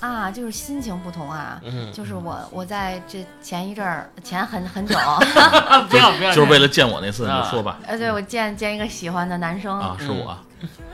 [SPEAKER 4] 啊，就是心情不同啊。
[SPEAKER 1] 嗯，
[SPEAKER 4] 就是我，我在这前一阵儿，前很 很久，
[SPEAKER 1] 不要不要，
[SPEAKER 2] 就是为了见我那次，
[SPEAKER 1] 啊
[SPEAKER 2] 你说吧。
[SPEAKER 4] 呃，对我见见一个喜欢的男生，
[SPEAKER 2] 啊，是我啊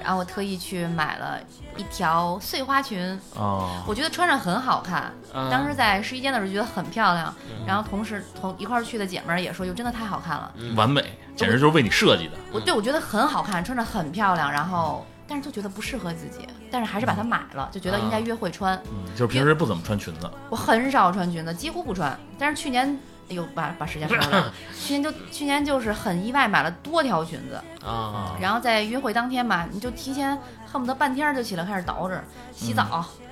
[SPEAKER 4] 然后我特意去买了一条碎花裙，
[SPEAKER 2] 哦，
[SPEAKER 4] 我觉得穿上很好看。
[SPEAKER 1] 啊嗯
[SPEAKER 4] 当时在试衣间的时候觉得很漂亮，
[SPEAKER 1] 嗯
[SPEAKER 4] 然后同时同一块儿去的姐妹儿也说，哟，真的太好看了。
[SPEAKER 1] 嗯
[SPEAKER 2] 完美，简直就是为你设计的。
[SPEAKER 4] 我对我觉得很好看，穿着很漂亮，然后但是就觉得不适合自己，但是还是把它
[SPEAKER 1] 嗯
[SPEAKER 4] 买了，就觉得应
[SPEAKER 1] 啊
[SPEAKER 4] 该约会穿。
[SPEAKER 2] 嗯，就是平时不怎么穿裙子，
[SPEAKER 4] 我很少穿裙子，几乎不穿，但是去年。哎呦，把把时间说出 来了。去年就去年就是很意外买了多条裙子，
[SPEAKER 1] 啊
[SPEAKER 4] 然后在约会当天吧，你就提前恨不得半天儿就起来开始捯饬，
[SPEAKER 2] 嗯
[SPEAKER 4] 洗澡，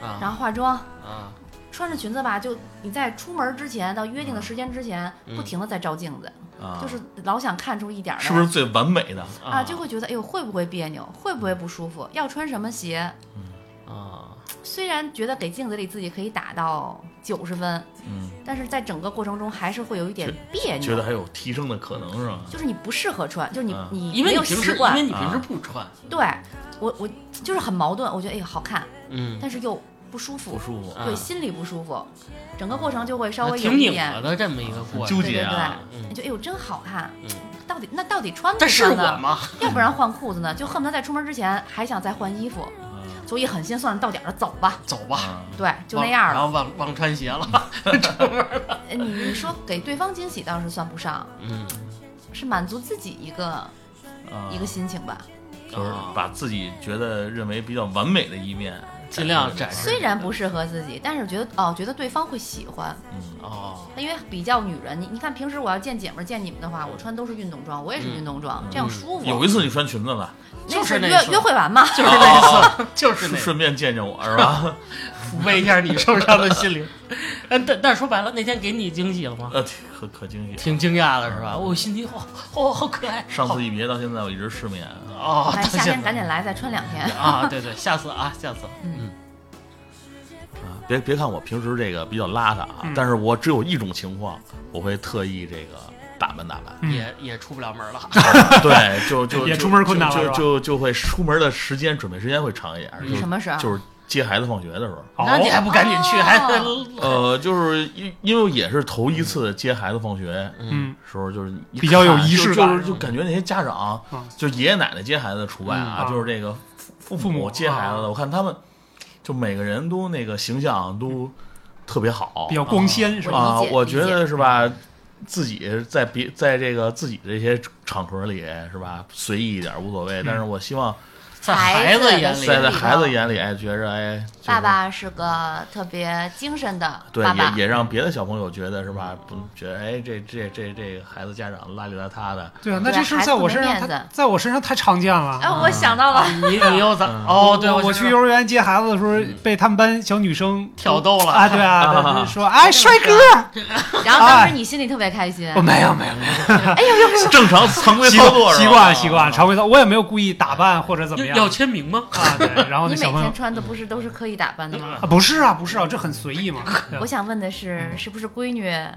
[SPEAKER 1] 啊
[SPEAKER 4] 然后化妆，
[SPEAKER 1] 啊，
[SPEAKER 4] 穿着裙子吧，就你在出门之前到约定的时间之前，
[SPEAKER 1] 嗯
[SPEAKER 4] 不停的在照镜子，
[SPEAKER 2] 啊，
[SPEAKER 4] 就是老想看出一点儿来
[SPEAKER 2] 是不是最完美的？
[SPEAKER 4] 啊，就会觉得哎呦会不会别扭，会
[SPEAKER 2] 嗯
[SPEAKER 4] 不会不舒服，要穿什么鞋？
[SPEAKER 1] 啊，
[SPEAKER 4] 虽然觉得给镜子里自己可以打到九十分，
[SPEAKER 2] 嗯，
[SPEAKER 4] 但是在整个过程中还是会有一点别
[SPEAKER 2] 觉得
[SPEAKER 4] 扭，
[SPEAKER 2] 还有提升的可能是吧？
[SPEAKER 4] 就是你不适合穿，就是你、
[SPEAKER 2] 啊
[SPEAKER 4] 你
[SPEAKER 1] 因为
[SPEAKER 4] 没
[SPEAKER 1] 你
[SPEAKER 4] 有
[SPEAKER 1] 平
[SPEAKER 4] 习
[SPEAKER 1] 时因为
[SPEAKER 4] 惯，
[SPEAKER 1] 你平时不穿，
[SPEAKER 4] 对我我就是很矛盾，我觉得哎呦好看，
[SPEAKER 1] 嗯，
[SPEAKER 4] 但是又不舒服
[SPEAKER 2] 不，舒服，
[SPEAKER 1] 啊
[SPEAKER 4] 对心里不舒服，整个过程就会稍微有
[SPEAKER 1] 挺
[SPEAKER 4] 一
[SPEAKER 1] 拧
[SPEAKER 4] 点
[SPEAKER 1] 巴的这么一个过程
[SPEAKER 2] 纠。结啊，
[SPEAKER 1] 嗯
[SPEAKER 4] 你就哎呦真好看，
[SPEAKER 1] 嗯
[SPEAKER 4] 到底那到底穿不
[SPEAKER 1] 这是
[SPEAKER 4] 穿
[SPEAKER 1] 我
[SPEAKER 4] 呢？
[SPEAKER 1] 吗？
[SPEAKER 4] 要不然换裤子呢？就恨不得在出门之前还想再换衣服，
[SPEAKER 2] 啊
[SPEAKER 4] 所以很心算，到点儿了走吧。
[SPEAKER 1] 走吧，
[SPEAKER 2] 啊
[SPEAKER 4] 对，就那样
[SPEAKER 1] 然
[SPEAKER 4] 了。
[SPEAKER 1] 后忘忘穿鞋了。
[SPEAKER 4] 呃你你说给对方惊喜倒是算不上，
[SPEAKER 1] 嗯，
[SPEAKER 4] 是满足自己一个
[SPEAKER 2] 啊
[SPEAKER 4] 一个心情吧。
[SPEAKER 2] 就是把自己觉得认为比较完美的一面，
[SPEAKER 1] 尽量展示
[SPEAKER 4] 虽然不适合自己，但是觉得哦，觉得对方会喜欢，
[SPEAKER 2] 嗯，
[SPEAKER 1] 哦，
[SPEAKER 4] 因为比较女人。你你看平时我要见姐们儿见你们的话，我穿都是运动装，我也是
[SPEAKER 1] 嗯
[SPEAKER 4] 运动装，这样舒服。
[SPEAKER 2] 有一次你穿裙子了，
[SPEAKER 4] 那
[SPEAKER 1] 就是那
[SPEAKER 4] 约
[SPEAKER 1] 次
[SPEAKER 4] 约会完嘛，
[SPEAKER 1] 就是那次，就是那次，
[SPEAKER 2] 顺便见见我是吧？
[SPEAKER 1] 抚慰一下你受伤的心灵。嗯，但但说白了，那天给你惊喜了吗？
[SPEAKER 2] 呃，挺可可惊喜。
[SPEAKER 1] 挺惊讶的是吧？我心里哦哦，好可爱。
[SPEAKER 2] 上次一别到现在，我一直失眠。啊
[SPEAKER 1] 哦，
[SPEAKER 4] 来
[SPEAKER 1] 到
[SPEAKER 4] 哎夏天
[SPEAKER 1] 现
[SPEAKER 4] 赶
[SPEAKER 1] 在
[SPEAKER 4] 紧来，再穿两天。
[SPEAKER 1] 啊，对对，下次啊，下次。嗯
[SPEAKER 2] 啊，别别看我平时这个比较邋遢啊，
[SPEAKER 3] 嗯
[SPEAKER 2] 但是我只有一种情况，我会特意这个打扮打 扮。
[SPEAKER 3] 嗯
[SPEAKER 1] 也也出不了门了。
[SPEAKER 2] 对，就就
[SPEAKER 3] 也
[SPEAKER 2] 就
[SPEAKER 3] 出门困难了
[SPEAKER 2] 就是就
[SPEAKER 3] 吧
[SPEAKER 2] 就就会出门的时间准备时间会长一点。
[SPEAKER 1] 嗯
[SPEAKER 2] 就是
[SPEAKER 4] 什么啊时候
[SPEAKER 2] 就是接孩子放学的时 候。
[SPEAKER 1] 那你还不赶紧去？
[SPEAKER 4] 哦
[SPEAKER 1] 还
[SPEAKER 2] 呃，就是因因为也是头一次接孩子放学
[SPEAKER 3] 嗯，
[SPEAKER 2] 时候，就是一
[SPEAKER 3] 比较有
[SPEAKER 2] 看
[SPEAKER 3] 仪式
[SPEAKER 2] 就
[SPEAKER 3] 感
[SPEAKER 2] 就是就感觉那些家长
[SPEAKER 3] 嗯，
[SPEAKER 2] 就爷爷奶奶接孩子除外
[SPEAKER 3] 嗯
[SPEAKER 2] 啊，
[SPEAKER 3] 啊
[SPEAKER 2] 就是这个父
[SPEAKER 3] 父母
[SPEAKER 2] 接孩子
[SPEAKER 3] 啊
[SPEAKER 2] 的，我看他们就每个人都那个形象都特别好，
[SPEAKER 3] 比较光鲜是
[SPEAKER 4] 是
[SPEAKER 3] 吧？
[SPEAKER 2] 啊
[SPEAKER 1] 哦
[SPEAKER 4] 理，解
[SPEAKER 2] 我
[SPEAKER 4] 理
[SPEAKER 2] 觉
[SPEAKER 4] 解
[SPEAKER 2] 得是吧？自己在别在这个自己这些场合里是吧，随意一点无所谓。但
[SPEAKER 4] 嗯
[SPEAKER 2] 是我希望
[SPEAKER 1] 在
[SPEAKER 4] 孩
[SPEAKER 1] 孩
[SPEAKER 4] 子的
[SPEAKER 1] 眼里，
[SPEAKER 4] 心
[SPEAKER 2] 在
[SPEAKER 4] 理
[SPEAKER 2] 在孩子眼里，哎，觉着哎，就是
[SPEAKER 4] 爸爸是个特别精神的
[SPEAKER 2] 对
[SPEAKER 4] 爸爸
[SPEAKER 2] 也，也让别的小朋友觉得是吧，不觉得哎这这这这个孩子家长邋里邋遢 的，
[SPEAKER 3] 对啊，
[SPEAKER 4] 对
[SPEAKER 3] 那这事儿在我身上，
[SPEAKER 4] 孩子没面
[SPEAKER 3] 他
[SPEAKER 4] 子
[SPEAKER 3] 在我身上太常见
[SPEAKER 4] 哎，
[SPEAKER 3] 了。
[SPEAKER 4] 我想到 了，
[SPEAKER 1] 你你又咋？
[SPEAKER 2] 嗯
[SPEAKER 1] 哦，对，
[SPEAKER 3] 我我
[SPEAKER 1] 我
[SPEAKER 3] 去幼儿园接孩子的时候，被他们班小女生
[SPEAKER 1] 挑逗了
[SPEAKER 3] 啊，对 啊，说哎帅哥，
[SPEAKER 4] 然后当时你心里特别开心，
[SPEAKER 3] 我没有没有没有，
[SPEAKER 4] 哎呦呦呦，
[SPEAKER 2] 正常常规
[SPEAKER 3] 习
[SPEAKER 2] 操作
[SPEAKER 3] 惯
[SPEAKER 2] 是吧
[SPEAKER 3] 习惯习惯常规操，我也没有故意打
[SPEAKER 1] 啊
[SPEAKER 3] 扮或者怎么
[SPEAKER 1] 要
[SPEAKER 3] 样
[SPEAKER 1] 要签名吗？
[SPEAKER 3] 啊，对， 然后
[SPEAKER 4] 你
[SPEAKER 3] 那
[SPEAKER 4] 每
[SPEAKER 3] 小朋友
[SPEAKER 4] 天穿的不是都是刻意打扮的吗？
[SPEAKER 3] 啊不是啊不是啊，这很随意 嘛，对
[SPEAKER 4] 我想问的是，是不是闺女
[SPEAKER 3] 啊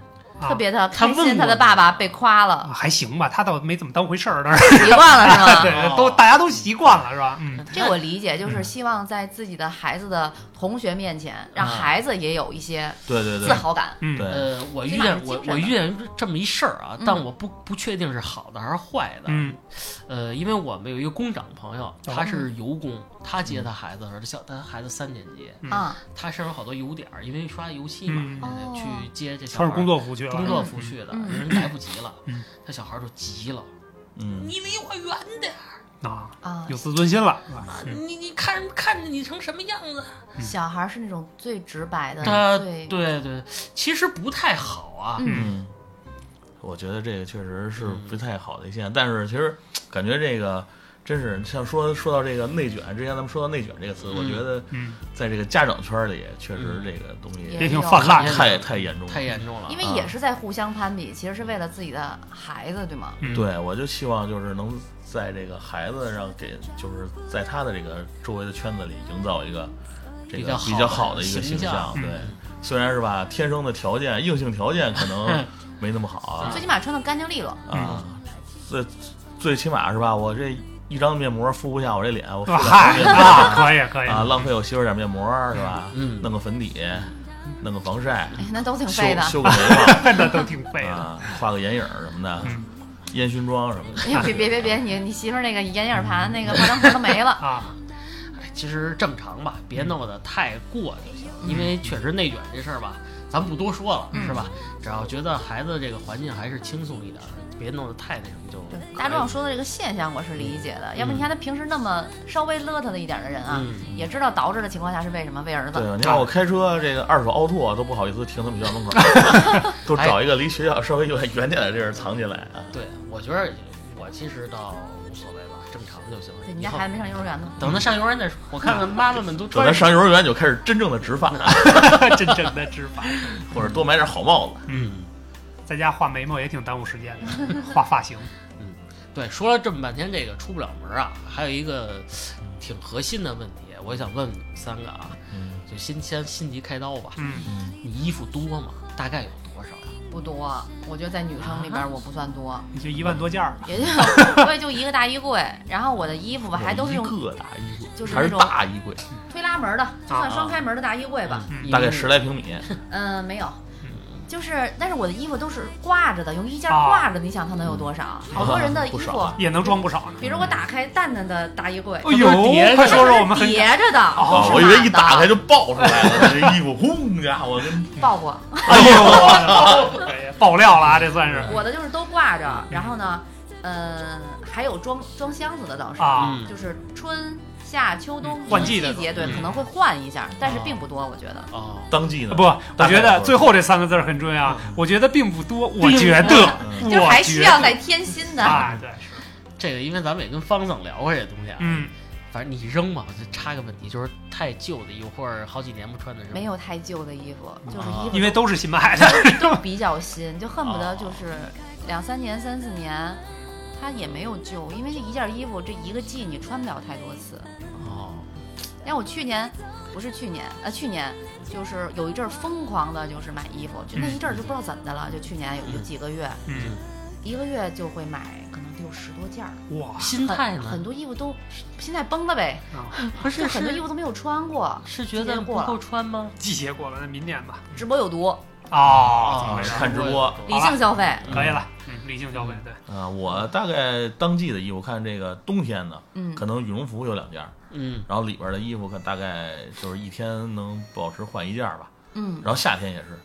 [SPEAKER 4] 特别的开
[SPEAKER 1] 她问
[SPEAKER 4] 心，
[SPEAKER 1] 我
[SPEAKER 4] 她的爸爸被夸
[SPEAKER 3] 啊
[SPEAKER 4] 了，
[SPEAKER 3] 还行吧，他倒没怎么当回事儿，但是
[SPEAKER 4] 习惯了是
[SPEAKER 1] 啊
[SPEAKER 4] 吗？
[SPEAKER 3] 对都大家都习惯了是吧？嗯，
[SPEAKER 4] 这我理解，就是希望在自己的孩子的同学面前，让孩子也有一些
[SPEAKER 2] 对对
[SPEAKER 4] 自
[SPEAKER 2] 对
[SPEAKER 4] 豪感。
[SPEAKER 3] 嗯
[SPEAKER 2] 对，
[SPEAKER 1] 呃，我
[SPEAKER 4] 起
[SPEAKER 1] 遇
[SPEAKER 4] 码
[SPEAKER 1] 见
[SPEAKER 4] 是
[SPEAKER 1] 我
[SPEAKER 4] 精
[SPEAKER 1] 我
[SPEAKER 4] 神的
[SPEAKER 1] 遇见这么一事儿啊，
[SPEAKER 4] 嗯
[SPEAKER 1] 但我不不确定是好的还是坏的。
[SPEAKER 3] 嗯，
[SPEAKER 1] 呃，因为我们有一个工长朋友，他是油工，他接他孩子的时候，他小他孩子三年级，
[SPEAKER 3] 嗯
[SPEAKER 4] 啊，
[SPEAKER 1] 他身上好多油点儿，因为刷油漆嘛
[SPEAKER 3] 嗯，
[SPEAKER 1] 呃去
[SPEAKER 4] 哦
[SPEAKER 1] 接这小
[SPEAKER 3] 他
[SPEAKER 1] 孩
[SPEAKER 3] 是
[SPEAKER 1] 儿
[SPEAKER 3] 工作服啊去了，
[SPEAKER 1] 工作服去的，
[SPEAKER 4] 嗯
[SPEAKER 1] 人来不及了
[SPEAKER 3] 嗯，
[SPEAKER 1] 他小孩儿就急了，
[SPEAKER 2] 嗯，
[SPEAKER 1] 你离我远点儿，
[SPEAKER 3] 啊，
[SPEAKER 4] 啊
[SPEAKER 3] 有自尊心了，是吧嗯
[SPEAKER 1] 你你看看着你成什么样子？
[SPEAKER 4] 小孩是那种最直白的，
[SPEAKER 1] 他
[SPEAKER 4] 最
[SPEAKER 1] 对对，其实不太好啊，
[SPEAKER 4] 嗯
[SPEAKER 2] 嗯，我觉得这个确实是不太好的一现象，但是其实感觉这个真是像说说到这个内卷，之前咱们说到内卷这个词，我
[SPEAKER 1] 嗯
[SPEAKER 2] 觉得
[SPEAKER 3] 嗯，
[SPEAKER 2] 在这个家长圈里，确实
[SPEAKER 1] 嗯
[SPEAKER 2] 这个东西
[SPEAKER 3] 也
[SPEAKER 4] 也
[SPEAKER 3] 挺泛滥
[SPEAKER 1] 也
[SPEAKER 3] 的，
[SPEAKER 2] 太太严重了，
[SPEAKER 1] 太严
[SPEAKER 2] 啊
[SPEAKER 1] 重了
[SPEAKER 4] 因。为也是在互相攀比，其实是为了自己的孩子，对吗？
[SPEAKER 3] 嗯，
[SPEAKER 2] 对，我就希望就是能在这个孩子让给，就是在他的这个周围的圈子里营造一个这
[SPEAKER 1] 比
[SPEAKER 2] 个
[SPEAKER 1] 较
[SPEAKER 2] 比较
[SPEAKER 1] 好
[SPEAKER 2] 好
[SPEAKER 1] 的
[SPEAKER 2] 的一个
[SPEAKER 1] 形
[SPEAKER 2] 形
[SPEAKER 1] 象
[SPEAKER 2] 对
[SPEAKER 3] 嗯，
[SPEAKER 2] 虽然是吧，天生的条件硬性条件可能没那么好啊
[SPEAKER 4] 最起码穿的干净利落，
[SPEAKER 2] 啊，最最起码是吧，我这一张面膜敷不下我这脸，我敷
[SPEAKER 3] 啊
[SPEAKER 2] 两张
[SPEAKER 3] 嗨
[SPEAKER 2] 面膜
[SPEAKER 3] 啊， 可以可以
[SPEAKER 2] 啊，浪费我媳妇儿点面膜是吧？
[SPEAKER 1] 嗯
[SPEAKER 2] 弄个粉底，弄个防晒，
[SPEAKER 4] 哎那都挺
[SPEAKER 2] 修
[SPEAKER 4] 费的。
[SPEAKER 2] 修个头发
[SPEAKER 3] 那都挺废的，
[SPEAKER 2] 啊，画个眼影儿什么的，烟熏妆什么的。
[SPEAKER 4] 哎呦，别别别别，你你媳妇儿那个眼影盘那个化妆盘都 没了，
[SPEAKER 3] 啊，
[SPEAKER 1] 其实正常吧，别弄得太过就行。
[SPEAKER 4] 嗯
[SPEAKER 1] 因为确实内卷这事儿吧，咱不多说了，是吧？只要觉得孩子这个环境还是轻松一点儿，别弄得太那什么就可以了。
[SPEAKER 4] 大壮说的这个现象我是理解的，
[SPEAKER 2] 嗯
[SPEAKER 4] 要不你看他平时那么稍微邋遢的一点的人啊，
[SPEAKER 1] 嗯
[SPEAKER 4] 也知道捯饬的情况下是为什么为儿
[SPEAKER 2] 对啊
[SPEAKER 4] 子。，
[SPEAKER 2] 你看我开车，这个二手奥拓都不好意思停他们学校门口， 都找一个离学校稍微有点远点的地儿藏起来啊。
[SPEAKER 1] 对，我觉得我其实倒无所谓吧，正常就行了。
[SPEAKER 4] 对，你家孩子没上幼儿园呢，
[SPEAKER 1] 等他上幼儿园再说，我看看妈妈们都
[SPEAKER 2] 等
[SPEAKER 1] 穿
[SPEAKER 2] 他上幼儿园就开始真正的植发，啊
[SPEAKER 3] 真正的执法，
[SPEAKER 2] 或者多买点好帽子。
[SPEAKER 1] 嗯
[SPEAKER 3] 在家画眉毛也挺耽误时间 的，画发型，
[SPEAKER 1] 对，说了这么半天这个出不了门啊，还有一个挺核心的问题，我想问你们三个啊，
[SPEAKER 2] 嗯
[SPEAKER 1] 就先先心急开刀吧，
[SPEAKER 3] 嗯，
[SPEAKER 2] 嗯，
[SPEAKER 1] 你衣服多吗？大概有多少？啊
[SPEAKER 4] 不多。我觉得在女生里
[SPEAKER 2] 啊
[SPEAKER 4] 边我不算多，
[SPEAKER 3] 你就一万多件儿吧，
[SPEAKER 4] 也 就我也就一个大衣柜，然后我的衣服吧还都是
[SPEAKER 2] 一
[SPEAKER 4] 用
[SPEAKER 2] 个大衣柜，
[SPEAKER 4] 就是
[SPEAKER 2] 还
[SPEAKER 4] 那
[SPEAKER 2] 是
[SPEAKER 4] 种
[SPEAKER 2] 大衣柜，
[SPEAKER 4] 推拉门的，就
[SPEAKER 2] 啊
[SPEAKER 4] 算双开门的大衣柜吧。
[SPEAKER 3] 嗯
[SPEAKER 2] 大概十来平米。
[SPEAKER 4] 嗯，没有
[SPEAKER 3] 嗯。
[SPEAKER 4] 就是，但是我的衣服都是挂着的，用衣架
[SPEAKER 3] 啊
[SPEAKER 4] 挂着，你想它能有多少？好多人的衣
[SPEAKER 2] 不
[SPEAKER 4] 服，
[SPEAKER 2] 少
[SPEAKER 3] 也能装不少呢。
[SPEAKER 4] 比如我打开蛋蛋的大衣柜，
[SPEAKER 3] 哎呦，快说说我们很
[SPEAKER 4] 叠着的，
[SPEAKER 3] 哦
[SPEAKER 2] 啊，
[SPEAKER 4] 不
[SPEAKER 2] 我
[SPEAKER 4] 是
[SPEAKER 2] 以
[SPEAKER 4] 满的
[SPEAKER 2] 为一打开就爆出来 了，这衣服轰家伙跟
[SPEAKER 4] 抱过，
[SPEAKER 3] 哎呦我的妈呀，爆料了啊，这算是
[SPEAKER 4] 我的就是都挂着，
[SPEAKER 3] 嗯
[SPEAKER 4] 然后呢，呃，还有装装箱子的倒是，
[SPEAKER 3] 啊，
[SPEAKER 1] 嗯
[SPEAKER 4] 就是春夏秋冬
[SPEAKER 3] 嗯换季的
[SPEAKER 4] 季节，对，
[SPEAKER 1] 嗯
[SPEAKER 4] 可能会换一下，但是
[SPEAKER 1] 哦
[SPEAKER 4] 并不多，我觉得。
[SPEAKER 3] 啊
[SPEAKER 1] 哦，
[SPEAKER 2] 当季呢。
[SPEAKER 3] 不，我
[SPEAKER 2] 大概
[SPEAKER 3] 觉
[SPEAKER 2] 多
[SPEAKER 3] 得
[SPEAKER 2] 少
[SPEAKER 3] 最后这三个字儿很重要啊，我觉得并不多，我
[SPEAKER 1] 并不
[SPEAKER 3] 觉
[SPEAKER 1] 多
[SPEAKER 3] 得，
[SPEAKER 2] 嗯
[SPEAKER 3] 我
[SPEAKER 4] 就是还需要
[SPEAKER 3] 觉得
[SPEAKER 4] 再添新的，
[SPEAKER 3] 啊，对，是
[SPEAKER 1] 这个因为咱们也跟方总聊过这东西啊，
[SPEAKER 3] 嗯，
[SPEAKER 1] 反正你扔吧，我就插个问题，就是太旧的衣服或者好几年不穿的扔，
[SPEAKER 4] 没有太旧的衣服，就是
[SPEAKER 1] 啊
[SPEAKER 4] 衣服
[SPEAKER 3] 因为都是新买的，
[SPEAKER 4] 都比较新，就恨不
[SPEAKER 1] 哦
[SPEAKER 4] 得就是两三年、三四年，它也没有旧，因为这一件衣服这一个季你穿不了太多次。
[SPEAKER 1] 哦，
[SPEAKER 4] 像我去年，不是去年，呃，去年就是有一阵儿疯狂的，就是买衣服，就那一阵儿就不知道怎么的了，就去年有有几个月，
[SPEAKER 3] 嗯，
[SPEAKER 4] 一个月就会买可能六十多件儿，
[SPEAKER 3] 哇，
[SPEAKER 1] 心态
[SPEAKER 4] 很
[SPEAKER 1] 呢？哦
[SPEAKER 4] 很多衣服都现在崩了呗，
[SPEAKER 1] 不
[SPEAKER 4] 就是很多衣
[SPEAKER 1] 是
[SPEAKER 4] 服都没有穿过，
[SPEAKER 1] 是觉
[SPEAKER 4] 时
[SPEAKER 1] 得
[SPEAKER 4] 间
[SPEAKER 1] 不
[SPEAKER 4] 过了
[SPEAKER 1] 够穿吗？
[SPEAKER 3] 季节过了，那明年吧，
[SPEAKER 4] 直播有毒，
[SPEAKER 3] 哦，怎么回事？
[SPEAKER 2] 看直播
[SPEAKER 4] 理性消费，
[SPEAKER 1] 嗯
[SPEAKER 3] 可以了，嗯，理性消费，对，
[SPEAKER 2] 啊，我大概当季的衣服，看这个冬天呢，
[SPEAKER 4] 嗯
[SPEAKER 2] 可能羽绒服有两件儿，
[SPEAKER 1] 嗯，
[SPEAKER 2] 然后里边的衣服可大概就是一天能保持换一件儿吧，
[SPEAKER 4] 嗯，
[SPEAKER 2] 然后夏天也是，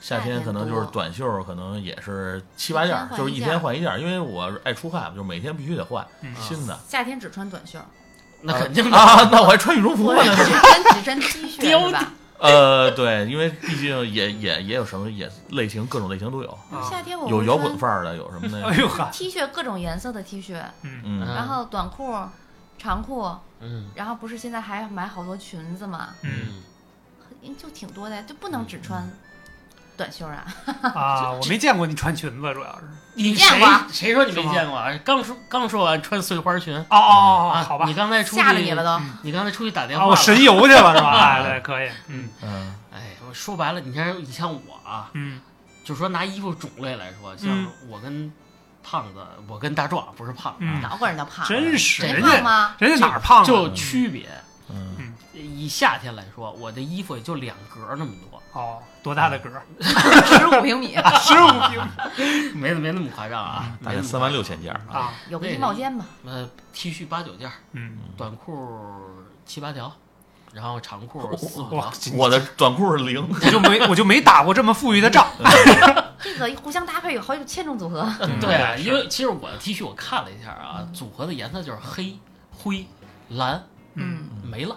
[SPEAKER 2] 夏天可能就是短袖，可能也是七八件儿，
[SPEAKER 4] 一天换一件
[SPEAKER 2] 就是一天换一件儿，因啊为我爱出汗，就是每天必须得换
[SPEAKER 3] 嗯
[SPEAKER 2] 新的。
[SPEAKER 4] 夏天只穿短袖，
[SPEAKER 1] 那肯定的。
[SPEAKER 2] 啊， 那我还穿羽绒服
[SPEAKER 4] 我
[SPEAKER 2] 呢
[SPEAKER 4] 只。穿只穿 T 恤
[SPEAKER 1] 丢
[SPEAKER 4] 是吧？
[SPEAKER 2] 呃，对，因为毕竟也也也有什么也类型，各种类型都有，
[SPEAKER 3] 啊
[SPEAKER 4] 夏天我
[SPEAKER 2] 有
[SPEAKER 4] 会
[SPEAKER 2] 摇
[SPEAKER 4] 穿
[SPEAKER 2] 滚范儿的，有什么
[SPEAKER 3] 哎
[SPEAKER 2] 的，
[SPEAKER 3] 呦呵，
[SPEAKER 4] T 恤各种颜色的 T 恤，
[SPEAKER 3] 嗯，
[SPEAKER 2] 嗯
[SPEAKER 4] 然后短裤、长裤，
[SPEAKER 1] 嗯
[SPEAKER 4] 然后不是现在还买好多裙子嘛，
[SPEAKER 3] 嗯
[SPEAKER 1] 嗯，
[SPEAKER 4] 就挺多的，就不能只穿短袖啊。
[SPEAKER 3] 啊，我没见过你穿裙子，主要是。
[SPEAKER 1] 你
[SPEAKER 4] 见
[SPEAKER 1] 谁
[SPEAKER 4] 过
[SPEAKER 1] 谁说你没
[SPEAKER 3] 是吗
[SPEAKER 1] 见过？啊？刚说刚说完穿碎花裙
[SPEAKER 3] 哦哦哦，
[SPEAKER 1] 啊，
[SPEAKER 3] 好吧
[SPEAKER 1] 你，刚才出去
[SPEAKER 4] 吓着你了都。
[SPEAKER 1] 你刚才出去打电
[SPEAKER 3] 啊，
[SPEAKER 1] 话
[SPEAKER 3] 我
[SPEAKER 1] 了
[SPEAKER 3] 神游去了是吧？哎，对，可以，嗯
[SPEAKER 2] 嗯
[SPEAKER 1] 哎，我说白了，你看你像我啊，
[SPEAKER 3] 嗯
[SPEAKER 1] 就说拿衣服种类来说，像
[SPEAKER 3] 嗯
[SPEAKER 1] 我跟胖子，我跟大壮不是胖子啊，
[SPEAKER 3] 嗯
[SPEAKER 4] 哪管人家胖？
[SPEAKER 3] 真是
[SPEAKER 4] 谁
[SPEAKER 3] 人
[SPEAKER 4] 胖
[SPEAKER 3] 家
[SPEAKER 4] 吗？
[SPEAKER 3] 人家哪儿胖啊了？
[SPEAKER 1] 就区别。
[SPEAKER 2] 嗯，
[SPEAKER 1] 以夏天来说，我的衣服也就两格那么 多，
[SPEAKER 3] 哦，多大的个儿？
[SPEAKER 4] 十五平米，
[SPEAKER 3] 十五平
[SPEAKER 1] 没没那么夸张啊，
[SPEAKER 3] 嗯
[SPEAKER 1] 没那
[SPEAKER 2] 大概
[SPEAKER 1] 么
[SPEAKER 2] 三万六千件儿啊。
[SPEAKER 3] 啊，
[SPEAKER 4] 有个衣帽间吧。
[SPEAKER 1] 呃 T 恤八九件儿，
[SPEAKER 3] 嗯，
[SPEAKER 1] 短裤七八条，然后长裤四五
[SPEAKER 3] 嗯哇
[SPEAKER 1] 条，，
[SPEAKER 2] 我的短裤是零，
[SPEAKER 3] 我就没我就没打过这么富裕的仗。
[SPEAKER 4] 这个互相搭配有好几千种组合，
[SPEAKER 1] 对啊，
[SPEAKER 3] 是
[SPEAKER 1] 因为其实我的 T 恤我看了一下啊，组合的颜色就是黑、灰、蓝，
[SPEAKER 3] 嗯，
[SPEAKER 4] 嗯，
[SPEAKER 1] 没了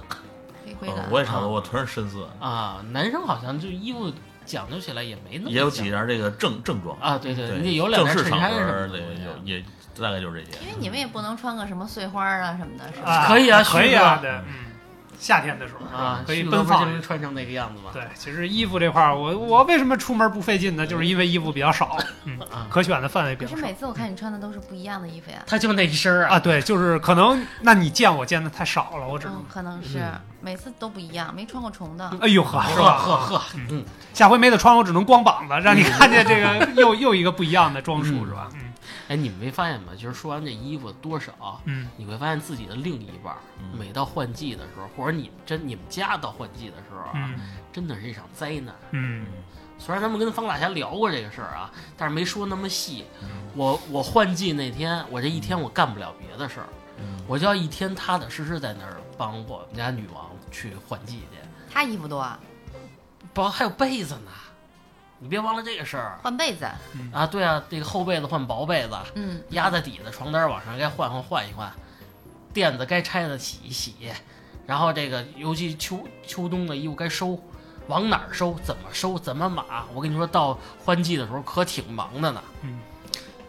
[SPEAKER 4] 黑灰
[SPEAKER 2] 嗯
[SPEAKER 4] 蓝。
[SPEAKER 2] 我也差不多，我全是深色，
[SPEAKER 1] 啊。男生好像就衣服讲究起来也没那么
[SPEAKER 2] 也有
[SPEAKER 1] 讲
[SPEAKER 2] 几件这个正正装，
[SPEAKER 1] 啊，对对，
[SPEAKER 2] 对，
[SPEAKER 1] 你得有两
[SPEAKER 2] 正
[SPEAKER 1] 件
[SPEAKER 2] 式
[SPEAKER 1] 衬
[SPEAKER 2] 场
[SPEAKER 1] 衫
[SPEAKER 2] 合
[SPEAKER 1] 什么
[SPEAKER 2] 儿
[SPEAKER 1] 的
[SPEAKER 2] 得
[SPEAKER 1] 东西啊
[SPEAKER 2] 有，也大概就是这些。
[SPEAKER 4] 因为你们也不能穿个什么碎花啊什么的，是吧？
[SPEAKER 3] 啊
[SPEAKER 1] 可以啊
[SPEAKER 3] 可以
[SPEAKER 1] 是吧
[SPEAKER 3] 啊，对，嗯，夏天的时候是吧
[SPEAKER 1] 啊，
[SPEAKER 3] 可以
[SPEAKER 1] 旭哥
[SPEAKER 3] 奔
[SPEAKER 1] 不是
[SPEAKER 3] 放
[SPEAKER 1] 经常
[SPEAKER 3] 一下。
[SPEAKER 1] 穿成那个样子吗？
[SPEAKER 3] 对，其实衣服这块儿，我我为什么出门不费劲呢？就是因为衣服比较少，嗯
[SPEAKER 1] 啊，
[SPEAKER 3] 可选的范围比
[SPEAKER 4] 可
[SPEAKER 3] 较
[SPEAKER 4] 是
[SPEAKER 3] 少
[SPEAKER 4] 每次我看你穿的都是不一样的衣服呀。
[SPEAKER 1] 他就那一身儿
[SPEAKER 3] 啊。，对，就是可能，那你见我见的太少了，我只能
[SPEAKER 4] 嗯，，可能是每次都不一样，没穿过重的。
[SPEAKER 1] 嗯
[SPEAKER 3] 哎呦呵，
[SPEAKER 1] 是
[SPEAKER 3] 是吧
[SPEAKER 1] 吧？呵呵，嗯，
[SPEAKER 3] 下回没得穿，我只能光膀子，让你看见这个又又一个不一样的装束，
[SPEAKER 1] 嗯
[SPEAKER 3] 是吧？嗯
[SPEAKER 1] 哎，你们没发现吗？就是说完这衣服多少，
[SPEAKER 3] 嗯
[SPEAKER 1] 你会发现自己的另一半儿，
[SPEAKER 2] 嗯
[SPEAKER 1] 每到换季的时候，或者你们真你们家到换季的时候啊，
[SPEAKER 3] 嗯
[SPEAKER 1] 真的是一场灾难。
[SPEAKER 3] 嗯
[SPEAKER 1] 虽然咱们跟方大侠聊过这个事儿啊，但是没说那么细。我我换季那天，我这一天我干不了别的事儿，我就要一天踏踏实实在那儿帮我们家女王去换季去，
[SPEAKER 4] 他衣服多啊，
[SPEAKER 1] 包还有被子呢，你别忘了这个事儿
[SPEAKER 4] 换被子。
[SPEAKER 1] 啊！对啊，这个厚被子换薄被子，
[SPEAKER 4] 嗯，
[SPEAKER 1] 压在底的床单往上该换换换一换，垫子该拆的洗一洗，然后这个尤其秋秋冬的衣服该收，往哪儿收，怎么收，怎么码，我跟你说，到换季的时候可挺忙的呢。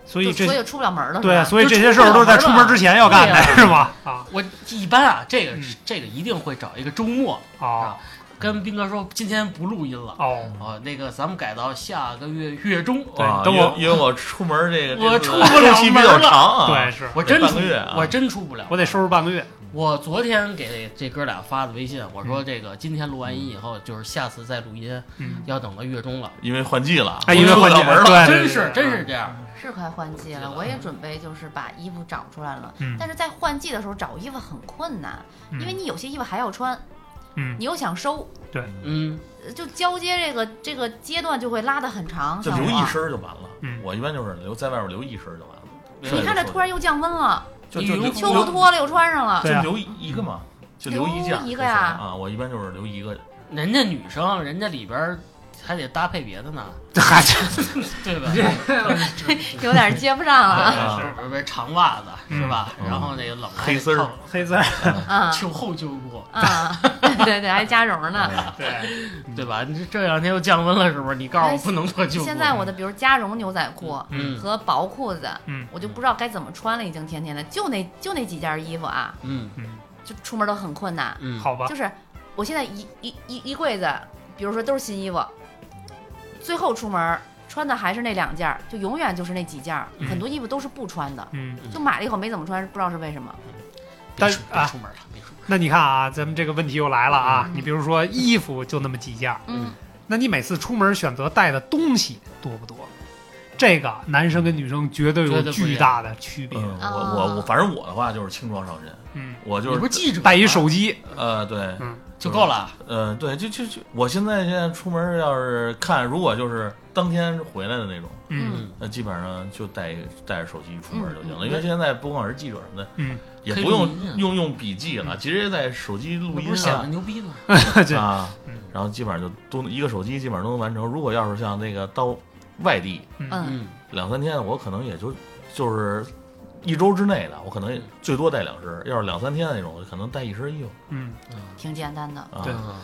[SPEAKER 3] 所以
[SPEAKER 4] 就
[SPEAKER 3] 这
[SPEAKER 4] 所以出不了门了。是吧
[SPEAKER 3] 对，啊所以
[SPEAKER 1] 就
[SPEAKER 3] 这
[SPEAKER 1] 出
[SPEAKER 3] 些事儿
[SPEAKER 1] 不
[SPEAKER 3] 都
[SPEAKER 1] 了
[SPEAKER 3] 是在
[SPEAKER 1] 门
[SPEAKER 3] 出
[SPEAKER 1] 了
[SPEAKER 3] 门之前要干的，
[SPEAKER 1] 对啊
[SPEAKER 3] 是吧？啊
[SPEAKER 1] 我一般啊，这个、
[SPEAKER 3] 嗯
[SPEAKER 1] 这个一定会找一个周末，
[SPEAKER 3] 哦
[SPEAKER 1] 跟斌哥说今天不录音了。
[SPEAKER 3] 哦，
[SPEAKER 1] 哦，那个，咱们改到下个月月中。啊
[SPEAKER 3] 对
[SPEAKER 2] 哇
[SPEAKER 3] 等
[SPEAKER 2] 因为
[SPEAKER 3] 我
[SPEAKER 2] 因为我出门这 个
[SPEAKER 1] 我
[SPEAKER 2] 这
[SPEAKER 1] 出
[SPEAKER 2] 次
[SPEAKER 1] 不了
[SPEAKER 2] 周期比
[SPEAKER 1] 门
[SPEAKER 2] 较
[SPEAKER 1] 了
[SPEAKER 2] 长啊，
[SPEAKER 3] 对，是
[SPEAKER 1] 我真
[SPEAKER 2] 得
[SPEAKER 1] 出
[SPEAKER 2] 半个月啊
[SPEAKER 1] 我真出不了，
[SPEAKER 3] 我得收拾半个月，
[SPEAKER 1] 我昨天给这哥俩发的微信，我
[SPEAKER 2] 嗯
[SPEAKER 1] 说这个今天录完音以后，就是下次再录音，
[SPEAKER 3] 嗯，
[SPEAKER 1] 要等到月中了。
[SPEAKER 2] 因为换季了，
[SPEAKER 3] 哎，
[SPEAKER 2] 我
[SPEAKER 3] 因为
[SPEAKER 2] 出不
[SPEAKER 3] 换
[SPEAKER 2] 了
[SPEAKER 3] 季
[SPEAKER 2] 门了，
[SPEAKER 3] 对，对
[SPEAKER 1] 真是真
[SPEAKER 3] 对
[SPEAKER 2] 嗯
[SPEAKER 1] 是这样，
[SPEAKER 4] 是快换季了，我也准备就是把衣服找出来了。
[SPEAKER 3] 嗯
[SPEAKER 4] 但是在换季的时候找衣服很困难，
[SPEAKER 3] 嗯
[SPEAKER 4] 因为你有些衣服还要穿，
[SPEAKER 3] 嗯
[SPEAKER 4] 你又想收，
[SPEAKER 1] 嗯，
[SPEAKER 4] 呃就交接这个这个阶段就会拉得很长。
[SPEAKER 2] 就
[SPEAKER 4] 像
[SPEAKER 2] 留
[SPEAKER 4] 我
[SPEAKER 2] 一身就完了
[SPEAKER 3] 嗯。
[SPEAKER 2] 我一般就是留在外边留一身就完了，
[SPEAKER 4] 你看这突然又降温了，
[SPEAKER 2] 就就
[SPEAKER 1] 羽
[SPEAKER 2] 留
[SPEAKER 1] 绒服
[SPEAKER 4] 秋裤脱了又穿上了
[SPEAKER 3] 对，
[SPEAKER 2] 就
[SPEAKER 3] 啊
[SPEAKER 2] 留一个嘛，就留一件儿
[SPEAKER 4] 留一个呀
[SPEAKER 2] 啊，我一般就是留一个，
[SPEAKER 1] 人家女生，人家里边儿还得搭配别的 呢，
[SPEAKER 3] 嗨，
[SPEAKER 1] 对吧？
[SPEAKER 4] 有点接不上了
[SPEAKER 2] 啊
[SPEAKER 1] 是不是长袜子是吧？
[SPEAKER 2] 嗯
[SPEAKER 1] 然后那个冷
[SPEAKER 2] 黑丝儿
[SPEAKER 1] 儿，
[SPEAKER 3] 黑字儿，
[SPEAKER 4] 啊
[SPEAKER 1] 秋后秋裤，
[SPEAKER 4] 啊！对对对，还加绒呢。
[SPEAKER 2] 啊
[SPEAKER 3] 对，
[SPEAKER 2] 嗯
[SPEAKER 1] 对吧？你这这两天又降温了，是不是？你告诉我
[SPEAKER 4] 哎
[SPEAKER 1] 不能穿秋裤。
[SPEAKER 4] 现在我的比如加绒牛仔裤
[SPEAKER 1] 嗯
[SPEAKER 4] 和薄裤子，
[SPEAKER 3] 嗯
[SPEAKER 4] 我就不知道该怎么穿了，已经天天的，就那就那几件衣服啊，
[SPEAKER 1] 嗯
[SPEAKER 3] 嗯，
[SPEAKER 4] 就出门都很困难。
[SPEAKER 1] 嗯，
[SPEAKER 3] 好吧
[SPEAKER 4] 就，是我现在一一一一柜子，比如说都是新衣服，最后出门儿穿的还是那两件儿，就永远就是那几件儿，
[SPEAKER 3] 嗯
[SPEAKER 4] 很多衣服都是不穿的，
[SPEAKER 3] 嗯，
[SPEAKER 1] 嗯
[SPEAKER 4] 就买了以后没怎么穿，不知道是为什么。
[SPEAKER 1] 别
[SPEAKER 3] 但
[SPEAKER 1] 出别
[SPEAKER 3] 啊
[SPEAKER 1] 出门了，别出门了。
[SPEAKER 3] 那你看啊，咱们这个问题又来了啊，
[SPEAKER 4] 嗯
[SPEAKER 3] 你比如说衣服就那么几件儿，
[SPEAKER 1] 嗯
[SPEAKER 4] 嗯，
[SPEAKER 3] 那你每次出门选择带的东西多不多？这个男生跟女生绝对有
[SPEAKER 1] 绝对不一样
[SPEAKER 3] 巨大的区别，
[SPEAKER 2] 嗯，
[SPEAKER 4] 啊
[SPEAKER 2] 我我我反正我的话就是轻装上阵，
[SPEAKER 3] 嗯，
[SPEAKER 2] 我
[SPEAKER 1] 你
[SPEAKER 2] 就
[SPEAKER 1] 不
[SPEAKER 2] 是
[SPEAKER 1] 是记者吗
[SPEAKER 3] 带一手机，
[SPEAKER 2] 呃对，
[SPEAKER 3] 嗯
[SPEAKER 1] 就够了。
[SPEAKER 2] 呃对，就就就我现在现在出门要是看，如果就是当天回来的那种。
[SPEAKER 3] 嗯
[SPEAKER 1] 嗯，
[SPEAKER 2] 那基本上就带带着手机出门就行
[SPEAKER 1] 嗯
[SPEAKER 2] 了，因为现在不管是记者什么的，
[SPEAKER 3] 嗯，
[SPEAKER 2] 也
[SPEAKER 1] 可以
[SPEAKER 2] 不
[SPEAKER 1] 录
[SPEAKER 2] 用
[SPEAKER 1] 音啊
[SPEAKER 2] 用用笔记了，直接在手机录
[SPEAKER 1] 那
[SPEAKER 2] 音
[SPEAKER 1] 嗯不是显得
[SPEAKER 2] 啊
[SPEAKER 1] 牛逼吗？
[SPEAKER 3] 这
[SPEAKER 2] 啊
[SPEAKER 3] 嗯，
[SPEAKER 2] 然后基本上就都一个手机基本上都能完成。如果要是像那个到外地
[SPEAKER 3] 嗯，
[SPEAKER 4] 嗯
[SPEAKER 1] 嗯，
[SPEAKER 2] 两三天，我可能也就就是一周之内的，我可能
[SPEAKER 1] 嗯
[SPEAKER 2] 也最多带两身；要是两三天那种，我可能带一身衣服
[SPEAKER 3] 嗯，
[SPEAKER 4] 挺简单的。
[SPEAKER 2] 啊。
[SPEAKER 3] 对
[SPEAKER 1] 嗯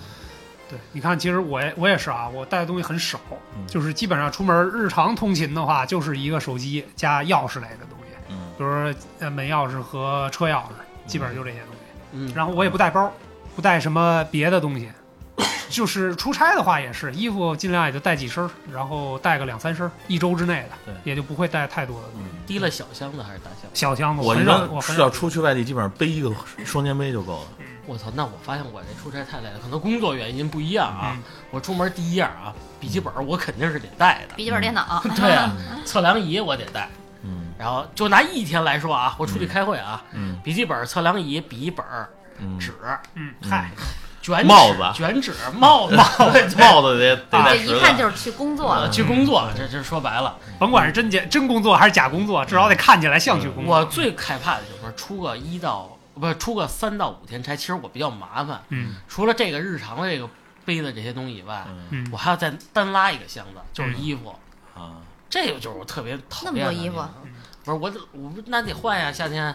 [SPEAKER 3] 对，你看，其实我也我也是啊，我带的东西很少，
[SPEAKER 2] 嗯
[SPEAKER 3] 就是基本上出门日常通勤的话，就是一个手机加钥匙类的东西，
[SPEAKER 2] 嗯，
[SPEAKER 3] 比如说呃门钥匙和车钥匙，基本上就这些东西。
[SPEAKER 1] 嗯，
[SPEAKER 3] 然后我也不带包，不带什么别的东西， 就是出差的话也是，衣服尽量也就带几身儿，然后带个两三身儿，一周之内的
[SPEAKER 2] 对，
[SPEAKER 3] 也就不会带太多的东西。
[SPEAKER 2] 嗯
[SPEAKER 1] 提了小箱子还是大箱子？
[SPEAKER 3] 小箱子，
[SPEAKER 2] 我一
[SPEAKER 3] 很
[SPEAKER 2] 般
[SPEAKER 3] 少，我很
[SPEAKER 2] 要
[SPEAKER 3] 少，
[SPEAKER 2] 出去外地，基本上背一个双肩背就够了。
[SPEAKER 1] 我操！那我发现我这出差太累了，可能工作原因不一样啊。我出门第一样啊，笔记本儿我肯定是得带 的，
[SPEAKER 4] 笔记本电脑，
[SPEAKER 3] 嗯
[SPEAKER 1] 对啊， 测量仪我得带。
[SPEAKER 2] 嗯
[SPEAKER 1] 然后就拿一天来说啊，我出去开会啊，
[SPEAKER 2] 嗯
[SPEAKER 1] 笔记本儿、测量仪、笔本儿、
[SPEAKER 2] 嗯，
[SPEAKER 1] 纸、
[SPEAKER 3] 嗯， 嗨，
[SPEAKER 1] 卷纸
[SPEAKER 2] 帽子
[SPEAKER 1] 卷纸、帽子、
[SPEAKER 2] 帽子得得
[SPEAKER 1] 啊
[SPEAKER 4] 这
[SPEAKER 2] 带十
[SPEAKER 4] 一
[SPEAKER 2] 个。
[SPEAKER 4] 看就是去工作
[SPEAKER 1] 呃
[SPEAKER 4] 了。
[SPEAKER 1] 去工作，这这说白了，
[SPEAKER 3] 甭管是真假真工作还是假工作，至少得看起来像去工作。
[SPEAKER 1] 嗯我最害怕的就是出个一到不是出个三到五天差，其实我比较麻烦。
[SPEAKER 3] 嗯
[SPEAKER 1] 除了这个日常的这个背的这些东西以外，
[SPEAKER 2] 嗯
[SPEAKER 3] 嗯
[SPEAKER 1] 我，还要再单拉一个箱子，就是衣服。
[SPEAKER 2] 啊，
[SPEAKER 1] 这个就是我特别讨
[SPEAKER 4] 那
[SPEAKER 1] 厌
[SPEAKER 4] 么
[SPEAKER 1] 的
[SPEAKER 4] 多
[SPEAKER 1] 地
[SPEAKER 4] 衣服
[SPEAKER 1] 方，不是我得我不那得换呀，夏天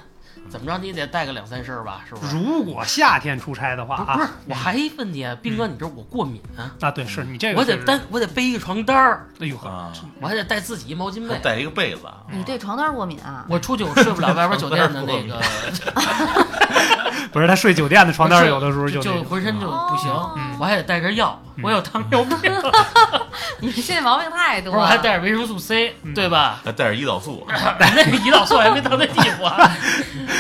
[SPEAKER 1] 怎么着你得带个两三身儿吧，是不是？
[SPEAKER 3] 如果夏天出差的话
[SPEAKER 1] 不是不是
[SPEAKER 3] 啊，，
[SPEAKER 1] 我还一问题啊，斌哥，你知道我过敏啊，
[SPEAKER 3] 啊对，是你这个
[SPEAKER 1] 我得
[SPEAKER 3] 是
[SPEAKER 1] 单，我得背一床单儿，
[SPEAKER 3] 哎呦呵
[SPEAKER 2] 啊，
[SPEAKER 1] 我还得带自己一毛巾
[SPEAKER 2] 还
[SPEAKER 1] 被。
[SPEAKER 2] 带一个被子啊。
[SPEAKER 3] 嗯
[SPEAKER 4] 你对床单过敏啊？
[SPEAKER 1] 我出去我睡不了外边酒店的那个，
[SPEAKER 3] 不是他睡酒店的床单，有的时候
[SPEAKER 1] 就
[SPEAKER 3] 那
[SPEAKER 1] 就
[SPEAKER 3] 种
[SPEAKER 1] 浑身就不行
[SPEAKER 4] 哦，
[SPEAKER 1] 我还得带着药，
[SPEAKER 3] 嗯
[SPEAKER 1] 我有糖尿病，
[SPEAKER 4] 你现在毛病太多
[SPEAKER 1] 我还
[SPEAKER 4] 了。
[SPEAKER 1] 带着维生素 C，
[SPEAKER 3] 嗯
[SPEAKER 1] 对吧？
[SPEAKER 2] 还带着胰岛素，
[SPEAKER 1] 那个胰岛素还没到那地步 啊！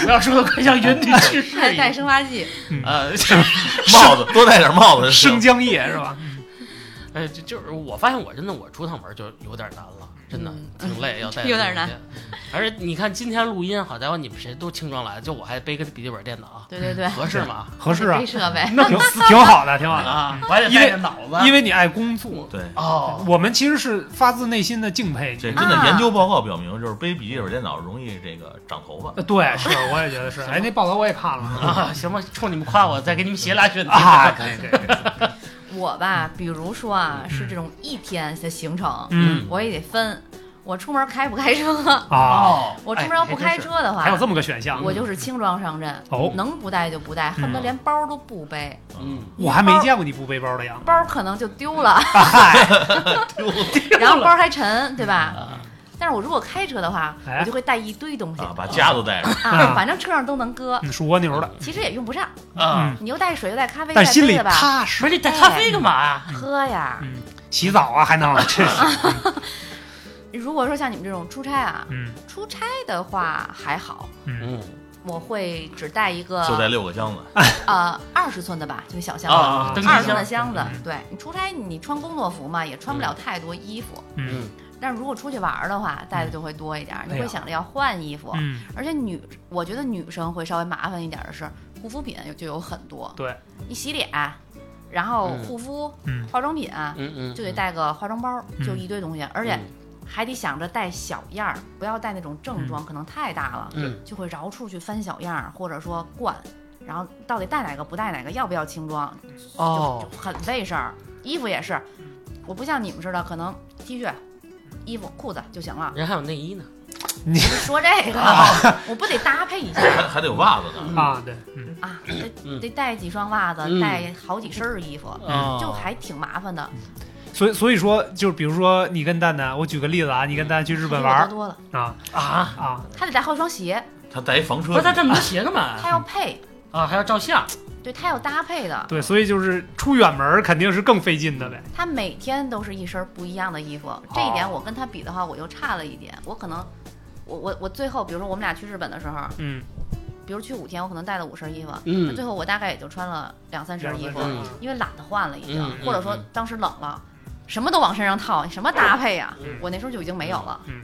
[SPEAKER 1] 不要说的快像云里去世
[SPEAKER 4] 嗯还
[SPEAKER 1] 一
[SPEAKER 4] 带
[SPEAKER 1] 样。
[SPEAKER 4] 生发剂，
[SPEAKER 1] 呃，
[SPEAKER 2] 帽子多带点帽子。
[SPEAKER 3] 生姜叶是吧？
[SPEAKER 1] 呃，就就是我发现我真的我出趟门就有点难了，真的
[SPEAKER 4] 嗯
[SPEAKER 1] 挺累，要带
[SPEAKER 4] 有点难
[SPEAKER 1] 这些。而且你看今天录音，好家伙，你们谁都轻装来的，就我还背个笔记本电脑，
[SPEAKER 4] 对对对，
[SPEAKER 1] 合适吗？
[SPEAKER 3] 合适啊
[SPEAKER 4] 背，设备。
[SPEAKER 3] 挺挺好的，挺好 的。
[SPEAKER 1] 啊，我还得带个脑子，
[SPEAKER 3] 因
[SPEAKER 1] 为
[SPEAKER 3] 为你爱工作，
[SPEAKER 2] 对，
[SPEAKER 1] 哦，
[SPEAKER 3] 我们其实是发自内心的敬佩你
[SPEAKER 2] 这。真的研究报告表明，就是背笔记本电脑容易这个长头发。
[SPEAKER 3] 呃对，是，我也觉得是。哎，那报道我也看了
[SPEAKER 1] 啊，行吧，冲你们夸我，再给你们写俩选题。
[SPEAKER 3] 啊，可以可以可以，
[SPEAKER 4] 我吧，比如说啊，是这种一天的行程，
[SPEAKER 3] 嗯
[SPEAKER 4] 我也得分。我出门开不开车？
[SPEAKER 3] 啊，
[SPEAKER 1] 哦，
[SPEAKER 4] 我出门要
[SPEAKER 1] 哎
[SPEAKER 4] 不开，车的话，
[SPEAKER 3] 还有这么个选项，
[SPEAKER 4] 我就是轻装上阵，
[SPEAKER 3] 哦
[SPEAKER 4] 能不带就不带，恨不得连包都不背，
[SPEAKER 1] 还真是嗯，
[SPEAKER 3] 我还没见过你不背包的样子。
[SPEAKER 4] 包可能就 丢了，
[SPEAKER 2] 丢
[SPEAKER 4] 然后包还沉，对吧？
[SPEAKER 1] 啊
[SPEAKER 4] 但是我如果开车的话，
[SPEAKER 3] 哎
[SPEAKER 4] 我就会带一堆东西
[SPEAKER 2] 啊，把家都带上。
[SPEAKER 4] 啊，反正车上都能搁，
[SPEAKER 3] 嗯，属蜗牛的，
[SPEAKER 4] 其实也用不上，
[SPEAKER 1] 啊，
[SPEAKER 3] 嗯，
[SPEAKER 4] 你又带水又带咖啡，带
[SPEAKER 3] 但是心
[SPEAKER 4] 杯
[SPEAKER 3] 里
[SPEAKER 4] 子吧，
[SPEAKER 3] 踏
[SPEAKER 1] 不
[SPEAKER 3] 实。
[SPEAKER 1] 是你带咖啡干嘛呀？
[SPEAKER 4] 喝呀。
[SPEAKER 3] 嗯，洗澡啊还 能，真是，
[SPEAKER 4] 如果说像你们这种出差啊，
[SPEAKER 3] 嗯
[SPEAKER 4] 出差的话还好，
[SPEAKER 3] 嗯，
[SPEAKER 1] 嗯，
[SPEAKER 4] 我会只带一个
[SPEAKER 2] 就带六个箱子，
[SPEAKER 4] 呃二十寸的吧，就小箱
[SPEAKER 1] 啊
[SPEAKER 4] 子，
[SPEAKER 1] 啊，登机
[SPEAKER 4] 二十寸
[SPEAKER 1] 箱
[SPEAKER 4] 的，箱子
[SPEAKER 3] 嗯。
[SPEAKER 4] 对你出差，你穿工作服嘛，也穿不了太多衣服。
[SPEAKER 3] 嗯
[SPEAKER 1] 嗯
[SPEAKER 4] 但如果出去玩儿的话，带的就会多一点儿，
[SPEAKER 3] 哎
[SPEAKER 4] 你
[SPEAKER 3] 呀
[SPEAKER 4] 会想着要换衣服。
[SPEAKER 3] 嗯，
[SPEAKER 4] 而且女，我觉得女生会稍微麻烦一点的是，护肤品就有很多。
[SPEAKER 3] 对，
[SPEAKER 4] 你洗脸，然后
[SPEAKER 1] 嗯
[SPEAKER 4] 护肤、
[SPEAKER 3] 嗯
[SPEAKER 4] 化妆品，
[SPEAKER 1] 嗯嗯，
[SPEAKER 4] 就得带个化妆包，
[SPEAKER 3] 嗯
[SPEAKER 4] 就一堆东西，而且还得想着带小样儿，不要带那种正装，可能太大了，
[SPEAKER 1] 嗯
[SPEAKER 4] 就会绕出去翻小样儿，或者说惯，然后到底带哪个不带哪个，要不要轻装，
[SPEAKER 1] 哦
[SPEAKER 4] 就，就很费事儿。衣服也是，我不像你们似的，可能 T 恤、衣服、裤子就行了。
[SPEAKER 1] 人还有内衣呢。
[SPEAKER 3] 你
[SPEAKER 4] 不是说这个， 我不得搭配一下
[SPEAKER 2] 还还得有袜子呢。
[SPEAKER 3] 啊对，嗯
[SPEAKER 4] 啊？得
[SPEAKER 1] 嗯
[SPEAKER 4] 得带几双袜子，
[SPEAKER 1] 嗯
[SPEAKER 4] 带好几身儿衣服，
[SPEAKER 1] 哦
[SPEAKER 4] 就还挺麻烦的。
[SPEAKER 3] 所以所以说就是比如说你跟蛋蛋，我举个例子啊，你跟蛋蛋去日本玩
[SPEAKER 4] 还是
[SPEAKER 3] 儿
[SPEAKER 4] 多多了，
[SPEAKER 3] 啊
[SPEAKER 1] 啊，
[SPEAKER 3] 啊，
[SPEAKER 4] 他得带好几双鞋，
[SPEAKER 2] 他带一房车
[SPEAKER 1] 不是，他这么多鞋干嘛
[SPEAKER 4] 他
[SPEAKER 1] 呀？
[SPEAKER 4] 要配，
[SPEAKER 1] 啊，还要照相，
[SPEAKER 4] 对他要搭配的。
[SPEAKER 3] 对，所以就是出远门儿肯定是更费劲的呗，
[SPEAKER 4] 他每天都是一身不一样的衣服，这一点我跟他比的话，我又差了一点。我可能，我我我最后，比如说我们俩去日本的时候，
[SPEAKER 3] 嗯，
[SPEAKER 4] 比如去五天，我可能带了五身衣服，
[SPEAKER 1] 嗯
[SPEAKER 4] 最后我大概也就穿了两三身衣服，
[SPEAKER 1] 嗯
[SPEAKER 4] 因为懒得换了已经，
[SPEAKER 1] 嗯嗯
[SPEAKER 4] 或者说
[SPEAKER 1] 嗯
[SPEAKER 4] 当时冷了，什么都往身上套，你什么搭配呀、
[SPEAKER 3] 嗯
[SPEAKER 4] 我那时候就已经没有了。
[SPEAKER 3] 嗯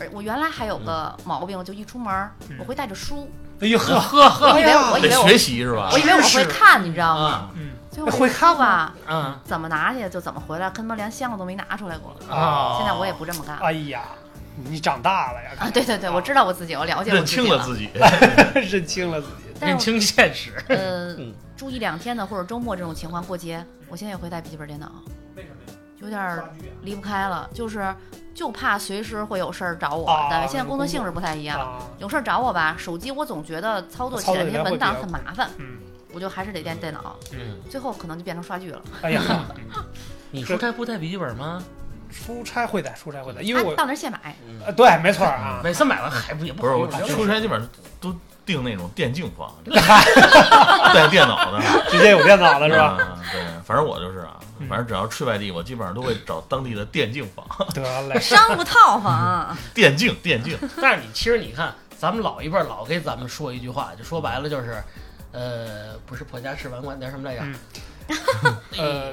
[SPEAKER 4] 而我原来还有个毛病，就一出门儿
[SPEAKER 3] 嗯
[SPEAKER 4] 我会带着书，
[SPEAKER 3] 哎 呦
[SPEAKER 1] 呵呵
[SPEAKER 3] 呵，
[SPEAKER 1] 呵，
[SPEAKER 4] 我以为我以
[SPEAKER 2] 得
[SPEAKER 4] 为我
[SPEAKER 2] 学习是吧
[SPEAKER 4] 我？以为我会看，你知道吗？
[SPEAKER 1] 啊
[SPEAKER 3] 嗯
[SPEAKER 4] 最后
[SPEAKER 3] 会看吗
[SPEAKER 4] 吧，
[SPEAKER 1] 嗯，
[SPEAKER 4] 怎么拿去就怎么回来，根本连箱子都没拿出来过。
[SPEAKER 1] 哦
[SPEAKER 4] 现在我也不这么干了
[SPEAKER 3] 哎呀，你长大了呀，
[SPEAKER 4] 啊！对对对，我知道我自己，我了解我
[SPEAKER 2] 认
[SPEAKER 4] 自
[SPEAKER 2] 清
[SPEAKER 4] 己
[SPEAKER 2] 了
[SPEAKER 4] 了。
[SPEAKER 2] 自己，
[SPEAKER 3] 认清了自己，
[SPEAKER 4] 但
[SPEAKER 1] 认
[SPEAKER 4] 是
[SPEAKER 1] 清现实。
[SPEAKER 4] 我呃
[SPEAKER 1] 嗯，
[SPEAKER 4] 住一两天的或者周末这种情况过节，我现在也会带笔记本电脑，
[SPEAKER 3] 为什么呀？
[SPEAKER 4] 有点儿离不开了，就是就怕随时会有事儿找我。单
[SPEAKER 3] 啊
[SPEAKER 4] 位、现在工作性质不太一样，
[SPEAKER 3] 啊，
[SPEAKER 4] 有事儿找我吧。手机我总觉得操作起
[SPEAKER 3] 操作
[SPEAKER 4] 来
[SPEAKER 3] 起来
[SPEAKER 4] 这些
[SPEAKER 3] 会
[SPEAKER 4] 文
[SPEAKER 3] 比
[SPEAKER 4] 档
[SPEAKER 3] 较
[SPEAKER 4] 很麻烦，
[SPEAKER 3] 嗯，
[SPEAKER 4] 我就还是得带电脑。
[SPEAKER 1] 嗯，
[SPEAKER 4] 最后可能就变成刷剧了。
[SPEAKER 3] 哎呀，
[SPEAKER 1] 你出差不带笔记本吗？
[SPEAKER 3] 出差会带，出差会带，因
[SPEAKER 4] 啊
[SPEAKER 3] 为我，
[SPEAKER 4] 到那儿 现买，
[SPEAKER 3] 呃，对，没错儿啊，
[SPEAKER 1] 每次买完还不 也不
[SPEAKER 2] 不是
[SPEAKER 1] 好
[SPEAKER 2] 我
[SPEAKER 1] 用
[SPEAKER 2] 出差基本上都订那种电竞房，带电脑的。
[SPEAKER 3] 直接有电脑 了是吧？
[SPEAKER 2] 嗯对，反正我就是啊，反正只要去外地，我基本上都会找当地的电竞房，
[SPEAKER 3] 得嘞，
[SPEAKER 4] 商务套房。啊
[SPEAKER 2] 电竞电竞。
[SPEAKER 1] 但是你其实你看，咱们老一辈儿老给咱们说一句话，就说白了就是，呃，不是破家吃完管点什么来着？
[SPEAKER 3] 呃，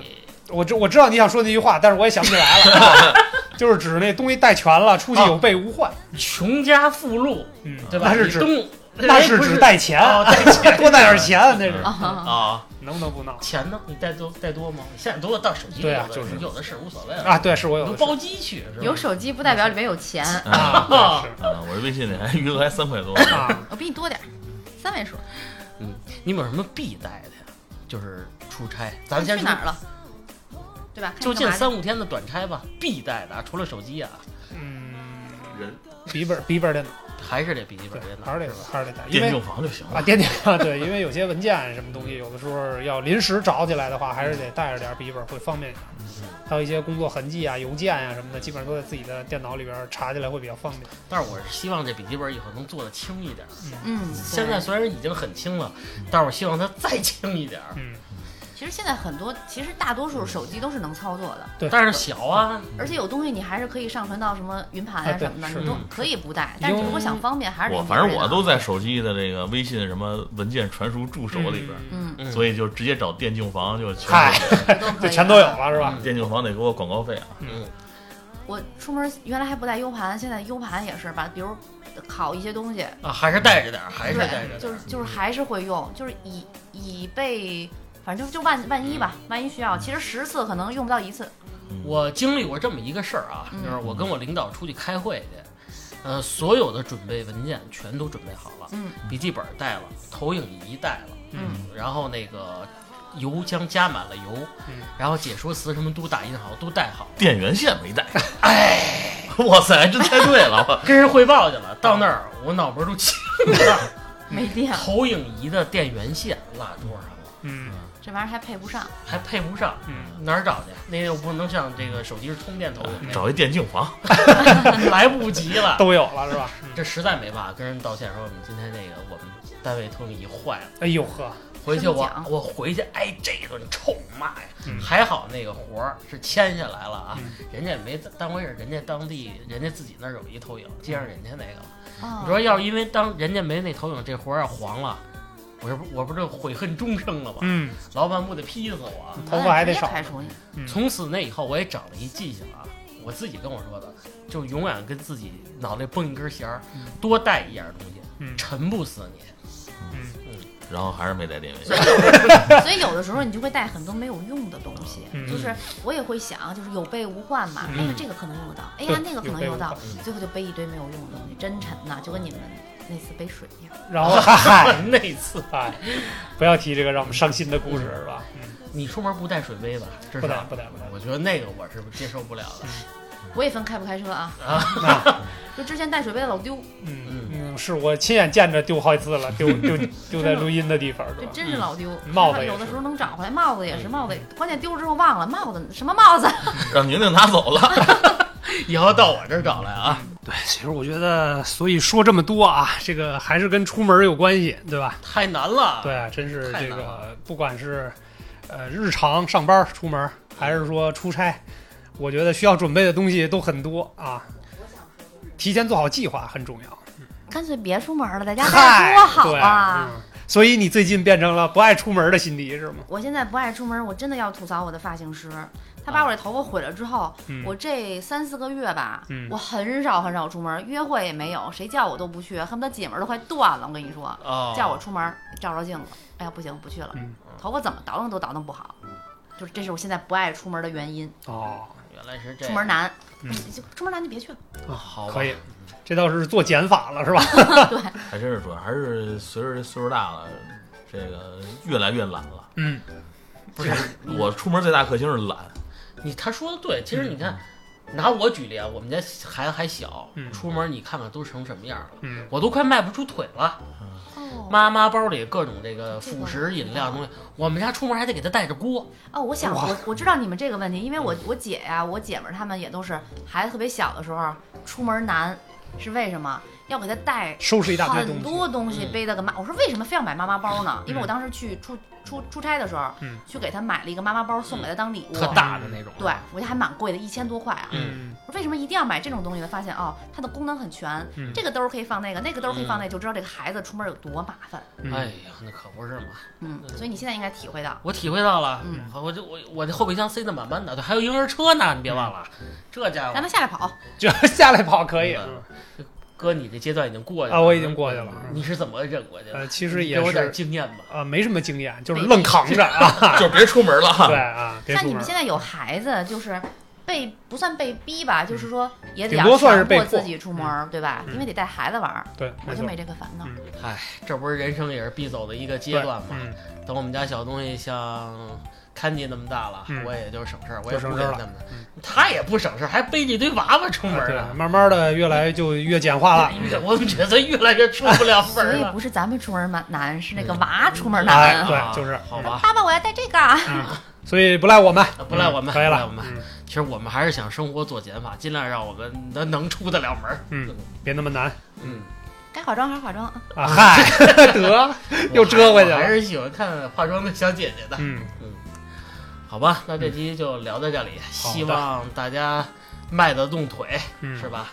[SPEAKER 3] 我知我知道你想说那句话，但是我也想不起来了，啊、就是指那东西带全了，出去有备无患，
[SPEAKER 1] 穷家富路，
[SPEAKER 3] 嗯，
[SPEAKER 1] 对吧？
[SPEAKER 3] 那是
[SPEAKER 1] 你
[SPEAKER 3] 指
[SPEAKER 1] 啊东，
[SPEAKER 3] 那是指带钱，
[SPEAKER 1] 哦带钱
[SPEAKER 3] 多带点钱，那是
[SPEAKER 4] 啊，
[SPEAKER 1] 啊。
[SPEAKER 3] 能不能不闹
[SPEAKER 1] 钱呢？你带多带多吗？现在都到手机里
[SPEAKER 3] 对啊
[SPEAKER 1] 有的
[SPEAKER 3] 就是
[SPEAKER 1] 有的是无所谓了，
[SPEAKER 3] 啊？对，是
[SPEAKER 1] 你
[SPEAKER 3] 我有
[SPEAKER 1] 都
[SPEAKER 3] 的
[SPEAKER 1] 包机去是吧？
[SPEAKER 4] 有手机不代表里面有钱，
[SPEAKER 3] 是啊，对是
[SPEAKER 2] 啊，我这微信里还余额还三块多，
[SPEAKER 3] 啊，
[SPEAKER 4] 我比你多点儿，三位数。
[SPEAKER 1] 嗯，你们有什么必带的呀？就是出差，咱们先
[SPEAKER 4] 去哪
[SPEAKER 1] 说
[SPEAKER 4] 儿了？对吧？看
[SPEAKER 1] 就
[SPEAKER 4] 你
[SPEAKER 1] 近
[SPEAKER 4] 干嘛
[SPEAKER 1] 三五天的短差吧，必带的啊，除了手机啊，
[SPEAKER 3] 嗯，
[SPEAKER 2] 人
[SPEAKER 3] 笔记本笔记本电脑，
[SPEAKER 1] 还是得笔记
[SPEAKER 3] 对
[SPEAKER 1] 本电，脑，
[SPEAKER 3] 还是得
[SPEAKER 1] 是吧？
[SPEAKER 3] 还是得带，因
[SPEAKER 2] 电
[SPEAKER 3] 为
[SPEAKER 2] 竞房就行
[SPEAKER 3] 啊，
[SPEAKER 2] 了。
[SPEAKER 3] 电竞啊，对，因为有些文件什么东西，有的时候要临时找起来的话，还是得带着点笔记本会方便一点。还有一些工作痕迹啊、邮件啊什么的，基本上都在自己的电脑里边查起来会比较方便。
[SPEAKER 1] 但是我是希望这笔记本以后能做的轻一点儿。
[SPEAKER 4] 嗯，
[SPEAKER 1] 现在
[SPEAKER 4] 对
[SPEAKER 1] 虽然已经很轻了，但是我希望它再轻一点儿。
[SPEAKER 3] 嗯，
[SPEAKER 4] 其实现在很多，其实大多数手机都是能操作的，
[SPEAKER 3] 对
[SPEAKER 1] 但是小啊，
[SPEAKER 4] 而且有东西你还是可以上传到什么云盘
[SPEAKER 3] 啊
[SPEAKER 4] 啊
[SPEAKER 3] 对
[SPEAKER 4] 什么的，
[SPEAKER 3] 是
[SPEAKER 4] 你都
[SPEAKER 1] 嗯
[SPEAKER 4] 可以不带。但是如果想方便，还是
[SPEAKER 2] 我
[SPEAKER 4] 得
[SPEAKER 2] 反正
[SPEAKER 4] 带
[SPEAKER 2] 我
[SPEAKER 4] 的
[SPEAKER 2] 都在手机的这个微信什么文件传输助手里边，
[SPEAKER 4] 嗯，
[SPEAKER 1] 嗯
[SPEAKER 2] 所以就直接找电竞房就全
[SPEAKER 3] 嗨
[SPEAKER 4] 这都可以
[SPEAKER 3] 就全都有。了是
[SPEAKER 1] 嗯
[SPEAKER 3] 吧？
[SPEAKER 2] 电竞房得给我广告费啊！
[SPEAKER 4] 我出门原来还不带 U 盘，现在 U 盘也是吧，比如考一些东西，
[SPEAKER 1] 啊，还是带着点儿，还是带
[SPEAKER 4] 对，
[SPEAKER 1] 着
[SPEAKER 4] 就
[SPEAKER 1] 点
[SPEAKER 4] 是
[SPEAKER 1] 儿。
[SPEAKER 4] 就是还是会用，就是以以备，反正就就万万一吧，万一需要，其实十次可能用不到一次。
[SPEAKER 1] 我经历过这么一个事儿啊，
[SPEAKER 4] 嗯
[SPEAKER 1] 就是我跟我领导出去开会去，呃，所有的准备文件全都准备好了，
[SPEAKER 4] 嗯
[SPEAKER 1] 笔记本带了，投影仪带了，
[SPEAKER 4] 嗯，
[SPEAKER 1] 然后那个油箱加满了油，
[SPEAKER 3] 嗯
[SPEAKER 1] 然后解说词什么都打印好，都带好了，
[SPEAKER 2] 电源线 没带，哎，哇塞，还真猜对了！我
[SPEAKER 1] 跟人汇报去了。到那儿
[SPEAKER 4] 哦
[SPEAKER 1] 我脑门儿都 青了，
[SPEAKER 4] 没电了，
[SPEAKER 1] 投影仪的电源线落桌上了，
[SPEAKER 3] 嗯
[SPEAKER 4] 这玩意儿还配不上。
[SPEAKER 1] 还配不上，
[SPEAKER 3] 嗯，
[SPEAKER 1] 哪儿找去？那又不能像这个手机是充 电投影，
[SPEAKER 2] 找一电竞房，
[SPEAKER 1] 来不及了。
[SPEAKER 3] 都有了是吧？
[SPEAKER 1] 这实在没办法，跟人道歉说我们今天那个我们单位投影仪坏了，
[SPEAKER 3] 哎呦呵，
[SPEAKER 1] 回去
[SPEAKER 4] 这么
[SPEAKER 1] 我
[SPEAKER 4] 讲
[SPEAKER 1] 我回去挨这顿臭骂呀！
[SPEAKER 3] 嗯
[SPEAKER 1] 还好那个活儿是签下来了啊，
[SPEAKER 3] 嗯
[SPEAKER 1] 人家也没当回事儿，人家当地人家自己那儿有一投影，接上人家那个了。
[SPEAKER 4] 哦
[SPEAKER 1] 你说要是因为当人家没那投影，这活儿要黄了，我这不我不这悔恨终生了吗？
[SPEAKER 3] 嗯，
[SPEAKER 1] 老板不得劈死我啊！
[SPEAKER 3] 头发还得
[SPEAKER 4] 哎直接
[SPEAKER 3] 少
[SPEAKER 4] 开除你。
[SPEAKER 3] 嗯
[SPEAKER 1] 从此那以后，我也长了一记性啊。我自己跟我说的，就永远跟自己脑袋绷一根弦儿，多带一样东西，
[SPEAKER 3] 嗯
[SPEAKER 1] 沉不死你。
[SPEAKER 2] 然后还是没带电源
[SPEAKER 4] 所
[SPEAKER 2] 线
[SPEAKER 4] 以。有的，所以有的时候你就会带很多没有用的东西，
[SPEAKER 3] 嗯
[SPEAKER 4] 就是我也会想，就是有备无患嘛。哎呀，这个可能用得到，哎呀，
[SPEAKER 3] 对
[SPEAKER 4] 那个可能
[SPEAKER 3] 有备
[SPEAKER 4] 用
[SPEAKER 3] 无
[SPEAKER 4] 得到
[SPEAKER 3] 患，嗯
[SPEAKER 4] 最后就背一堆没有用的东西，真沉呐，就跟你们那次背水一样。
[SPEAKER 3] 然 后嗨，
[SPEAKER 1] 那次
[SPEAKER 3] 哎，不要提这个让我们伤心的故事是吧？
[SPEAKER 1] 你出门不带水杯吧？至
[SPEAKER 3] 不带
[SPEAKER 1] 少
[SPEAKER 3] 不带不带嗯
[SPEAKER 1] 我觉得那个我是接受不了的。
[SPEAKER 4] 我也分开不开车啊， 就之前带水杯老丢，
[SPEAKER 3] 嗯嗯，是我亲眼见着丢好几次了，丢 丢丢在录音的地方是
[SPEAKER 4] 这
[SPEAKER 3] 吧？
[SPEAKER 4] 真是老丢。
[SPEAKER 3] 嗯帽子也是嗯
[SPEAKER 4] 有的时候能找回来，帽子也是帽子也，关键丢之后忘了帽子什么帽子，
[SPEAKER 2] 让宁宁拿走了。
[SPEAKER 1] 以后到我这儿找来啊，
[SPEAKER 3] 对，其实我觉得，所以说这么多啊，这个还是跟出门有关系，对吧？
[SPEAKER 1] 太难了。
[SPEAKER 3] 对，啊，真是
[SPEAKER 1] 太
[SPEAKER 3] 这
[SPEAKER 1] 难
[SPEAKER 3] 个
[SPEAKER 1] 了，
[SPEAKER 3] 不管是呃日常上班出门，还是说出差，我觉得需要准备的东西都很多啊。提前做好计划很重要。
[SPEAKER 4] 干脆别出门了，在家待
[SPEAKER 3] 嗨，
[SPEAKER 4] 着多好
[SPEAKER 3] 对
[SPEAKER 4] 啊！
[SPEAKER 3] 嗯所以你最近变成了不爱出门的辛迪是吗？
[SPEAKER 4] 我现在不爱出门，我真的要吐槽我的发型师，他
[SPEAKER 3] 啊
[SPEAKER 4] 把我这头发毁了之后，
[SPEAKER 3] 嗯
[SPEAKER 4] 我这三四个月吧，
[SPEAKER 3] 嗯
[SPEAKER 4] 我很少很少出门，约会也没有，谁叫我都不去，恨不得姐们儿都快断了。我跟你说，
[SPEAKER 1] 哦，
[SPEAKER 4] 叫我出门照照镜子，哎呀不行，不去了，
[SPEAKER 3] 嗯
[SPEAKER 4] 头发怎么倒腾都倒腾不好，就是这是我现在不爱出门的原因，
[SPEAKER 3] 哦，
[SPEAKER 1] 原来是这样
[SPEAKER 4] 出门难，
[SPEAKER 3] 嗯
[SPEAKER 4] 哎就出门难就别去了，
[SPEAKER 1] 好吧
[SPEAKER 3] 可以，这倒是做减法了是吧？
[SPEAKER 2] 还真是 主要还是随着这岁数大了，这个越来越懒了。
[SPEAKER 3] 嗯，
[SPEAKER 1] 不是
[SPEAKER 2] 我出门最大克星是懒，
[SPEAKER 1] 你他说的对，其
[SPEAKER 3] 嗯
[SPEAKER 1] 实你看，拿我举例啊，我们家孩子还小，
[SPEAKER 3] 嗯
[SPEAKER 1] 出门你看看都成什么样了，
[SPEAKER 3] 嗯，
[SPEAKER 1] 我都快迈不出腿了。
[SPEAKER 4] 哦，
[SPEAKER 1] 妈妈包里各种这个
[SPEAKER 4] 这个
[SPEAKER 1] 辅食饮料东西，我们家出门还得给他带着锅，
[SPEAKER 4] 哦，我想我我知道你们这个问题，因为
[SPEAKER 3] 嗯
[SPEAKER 4] 我我姐呀、我姐们儿她们也都是孩子特别小的时候出门难，是为什么？要给她带
[SPEAKER 3] 收拾一大堆
[SPEAKER 4] 很
[SPEAKER 3] 东西，
[SPEAKER 4] 多东西
[SPEAKER 1] 嗯
[SPEAKER 4] 背的个妈，我说为什么非要买妈妈包呢？因为
[SPEAKER 3] 嗯
[SPEAKER 4] 我当时去出出出差的时候，
[SPEAKER 3] 嗯
[SPEAKER 4] 去给她买了一个妈妈包送给她当礼物，
[SPEAKER 1] 特大的那种。
[SPEAKER 4] 对我觉得还蛮贵的，一千多块啊。
[SPEAKER 3] 嗯
[SPEAKER 4] 我说为什么一定要买这种东西呢？发现哦，它的功能很全，
[SPEAKER 3] 嗯
[SPEAKER 4] 这个兜儿可以放那个，那个兜儿可以放那个，就知道这个孩子出门有多麻烦。
[SPEAKER 3] 嗯
[SPEAKER 1] 哎呀，那可不是嘛！
[SPEAKER 4] 嗯，所以你现在应该体会到，
[SPEAKER 1] 我体会到了，
[SPEAKER 4] 嗯
[SPEAKER 1] 我这我我这后备箱塞得满满的，对，还有婴儿车呢，你别忘了，这
[SPEAKER 3] 嗯
[SPEAKER 1] 家
[SPEAKER 4] 让
[SPEAKER 1] 伙
[SPEAKER 4] 他下来跑。
[SPEAKER 3] 就 下来跑可以。
[SPEAKER 1] 嗯哥，你这阶段已经过去了
[SPEAKER 3] 啊我已经过去了
[SPEAKER 1] 你是怎么忍过去的？
[SPEAKER 3] 呃，其实
[SPEAKER 1] 你
[SPEAKER 3] 也
[SPEAKER 1] 给我点
[SPEAKER 3] 是
[SPEAKER 1] 经验吧。
[SPEAKER 3] 啊，没什么经验，就是愣扛着啊。
[SPEAKER 2] 就是别出门了哈。
[SPEAKER 3] 对啊，别
[SPEAKER 4] 像
[SPEAKER 3] 出
[SPEAKER 4] 你
[SPEAKER 3] 门
[SPEAKER 4] 们。现在有孩子，就是被不算被逼吧，就是说也得
[SPEAKER 3] 嗯顶多
[SPEAKER 4] 要
[SPEAKER 3] 算是
[SPEAKER 4] 强
[SPEAKER 3] 被
[SPEAKER 4] 迫
[SPEAKER 3] 迫
[SPEAKER 4] 自己出门儿，对吧？
[SPEAKER 3] 嗯
[SPEAKER 4] 因为得带孩子玩儿，
[SPEAKER 3] 对，
[SPEAKER 4] 我就
[SPEAKER 3] 错
[SPEAKER 4] 没这个烦恼
[SPEAKER 3] 嗯。
[SPEAKER 1] 唉，这不是人生也是必走的一个阶
[SPEAKER 3] 对
[SPEAKER 1] 段嘛。
[SPEAKER 3] 嗯，
[SPEAKER 1] 等我们家小东西像看见那么大了，
[SPEAKER 3] 嗯
[SPEAKER 1] 我也就省事儿，我也
[SPEAKER 3] 就
[SPEAKER 1] 不
[SPEAKER 3] 省
[SPEAKER 1] 给
[SPEAKER 3] 事儿
[SPEAKER 1] 他
[SPEAKER 3] 了
[SPEAKER 1] 们
[SPEAKER 3] 嗯。啊
[SPEAKER 1] 他也不省事儿，还背着一堆娃娃出门
[SPEAKER 3] 对
[SPEAKER 1] 呢。，
[SPEAKER 3] 嗯慢慢的越来就越简化了。
[SPEAKER 1] 越我觉得越来越出不了门
[SPEAKER 4] 所
[SPEAKER 1] 儿
[SPEAKER 4] 以
[SPEAKER 1] 了。
[SPEAKER 4] 不是咱们出门难，是那个娃出门
[SPEAKER 3] 哎，
[SPEAKER 4] 难。
[SPEAKER 3] 对，就是，
[SPEAKER 1] 好吧，
[SPEAKER 4] 爸爸，我要带这个啊。
[SPEAKER 3] 嗯， 所以不赖我们，
[SPEAKER 1] 啊不赖我们
[SPEAKER 3] 嗯可以
[SPEAKER 1] 不赖
[SPEAKER 3] 了，
[SPEAKER 1] 我们
[SPEAKER 3] 嗯
[SPEAKER 1] 其实我们还是想生活做减法，尽量让我们能能出得了门儿。
[SPEAKER 3] 嗯，别那么难
[SPEAKER 1] 嗯，
[SPEAKER 4] 该化妆还是化妆啊。
[SPEAKER 3] 啊！嗨， 得， 又折回去
[SPEAKER 1] 我还
[SPEAKER 3] 了。
[SPEAKER 1] 是喜欢看化妆的小姐姐的。
[SPEAKER 3] 嗯，
[SPEAKER 1] 好吧，那这期就聊到这里，
[SPEAKER 3] 好的
[SPEAKER 1] 希望大家迈得动腿，
[SPEAKER 3] 嗯
[SPEAKER 1] 是？吧？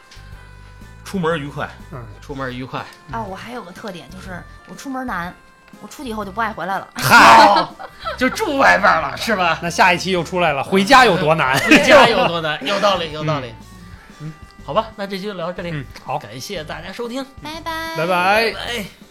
[SPEAKER 2] 出门愉快，
[SPEAKER 3] 嗯，
[SPEAKER 1] 出门愉快。
[SPEAKER 4] 啊，我还有个特点就是我出门难，我出去以后就不爱回来了。
[SPEAKER 1] 好，就住外边了，是 吧？
[SPEAKER 3] 那下一期又出来了，回家有多难？
[SPEAKER 1] 回家 有多难？有道理，有道理。嗯嗯，好吧，那这期就聊到这里，
[SPEAKER 3] 嗯，好，哎
[SPEAKER 1] 感谢大家收听，
[SPEAKER 4] 拜拜，
[SPEAKER 3] 拜拜
[SPEAKER 1] 拜。拜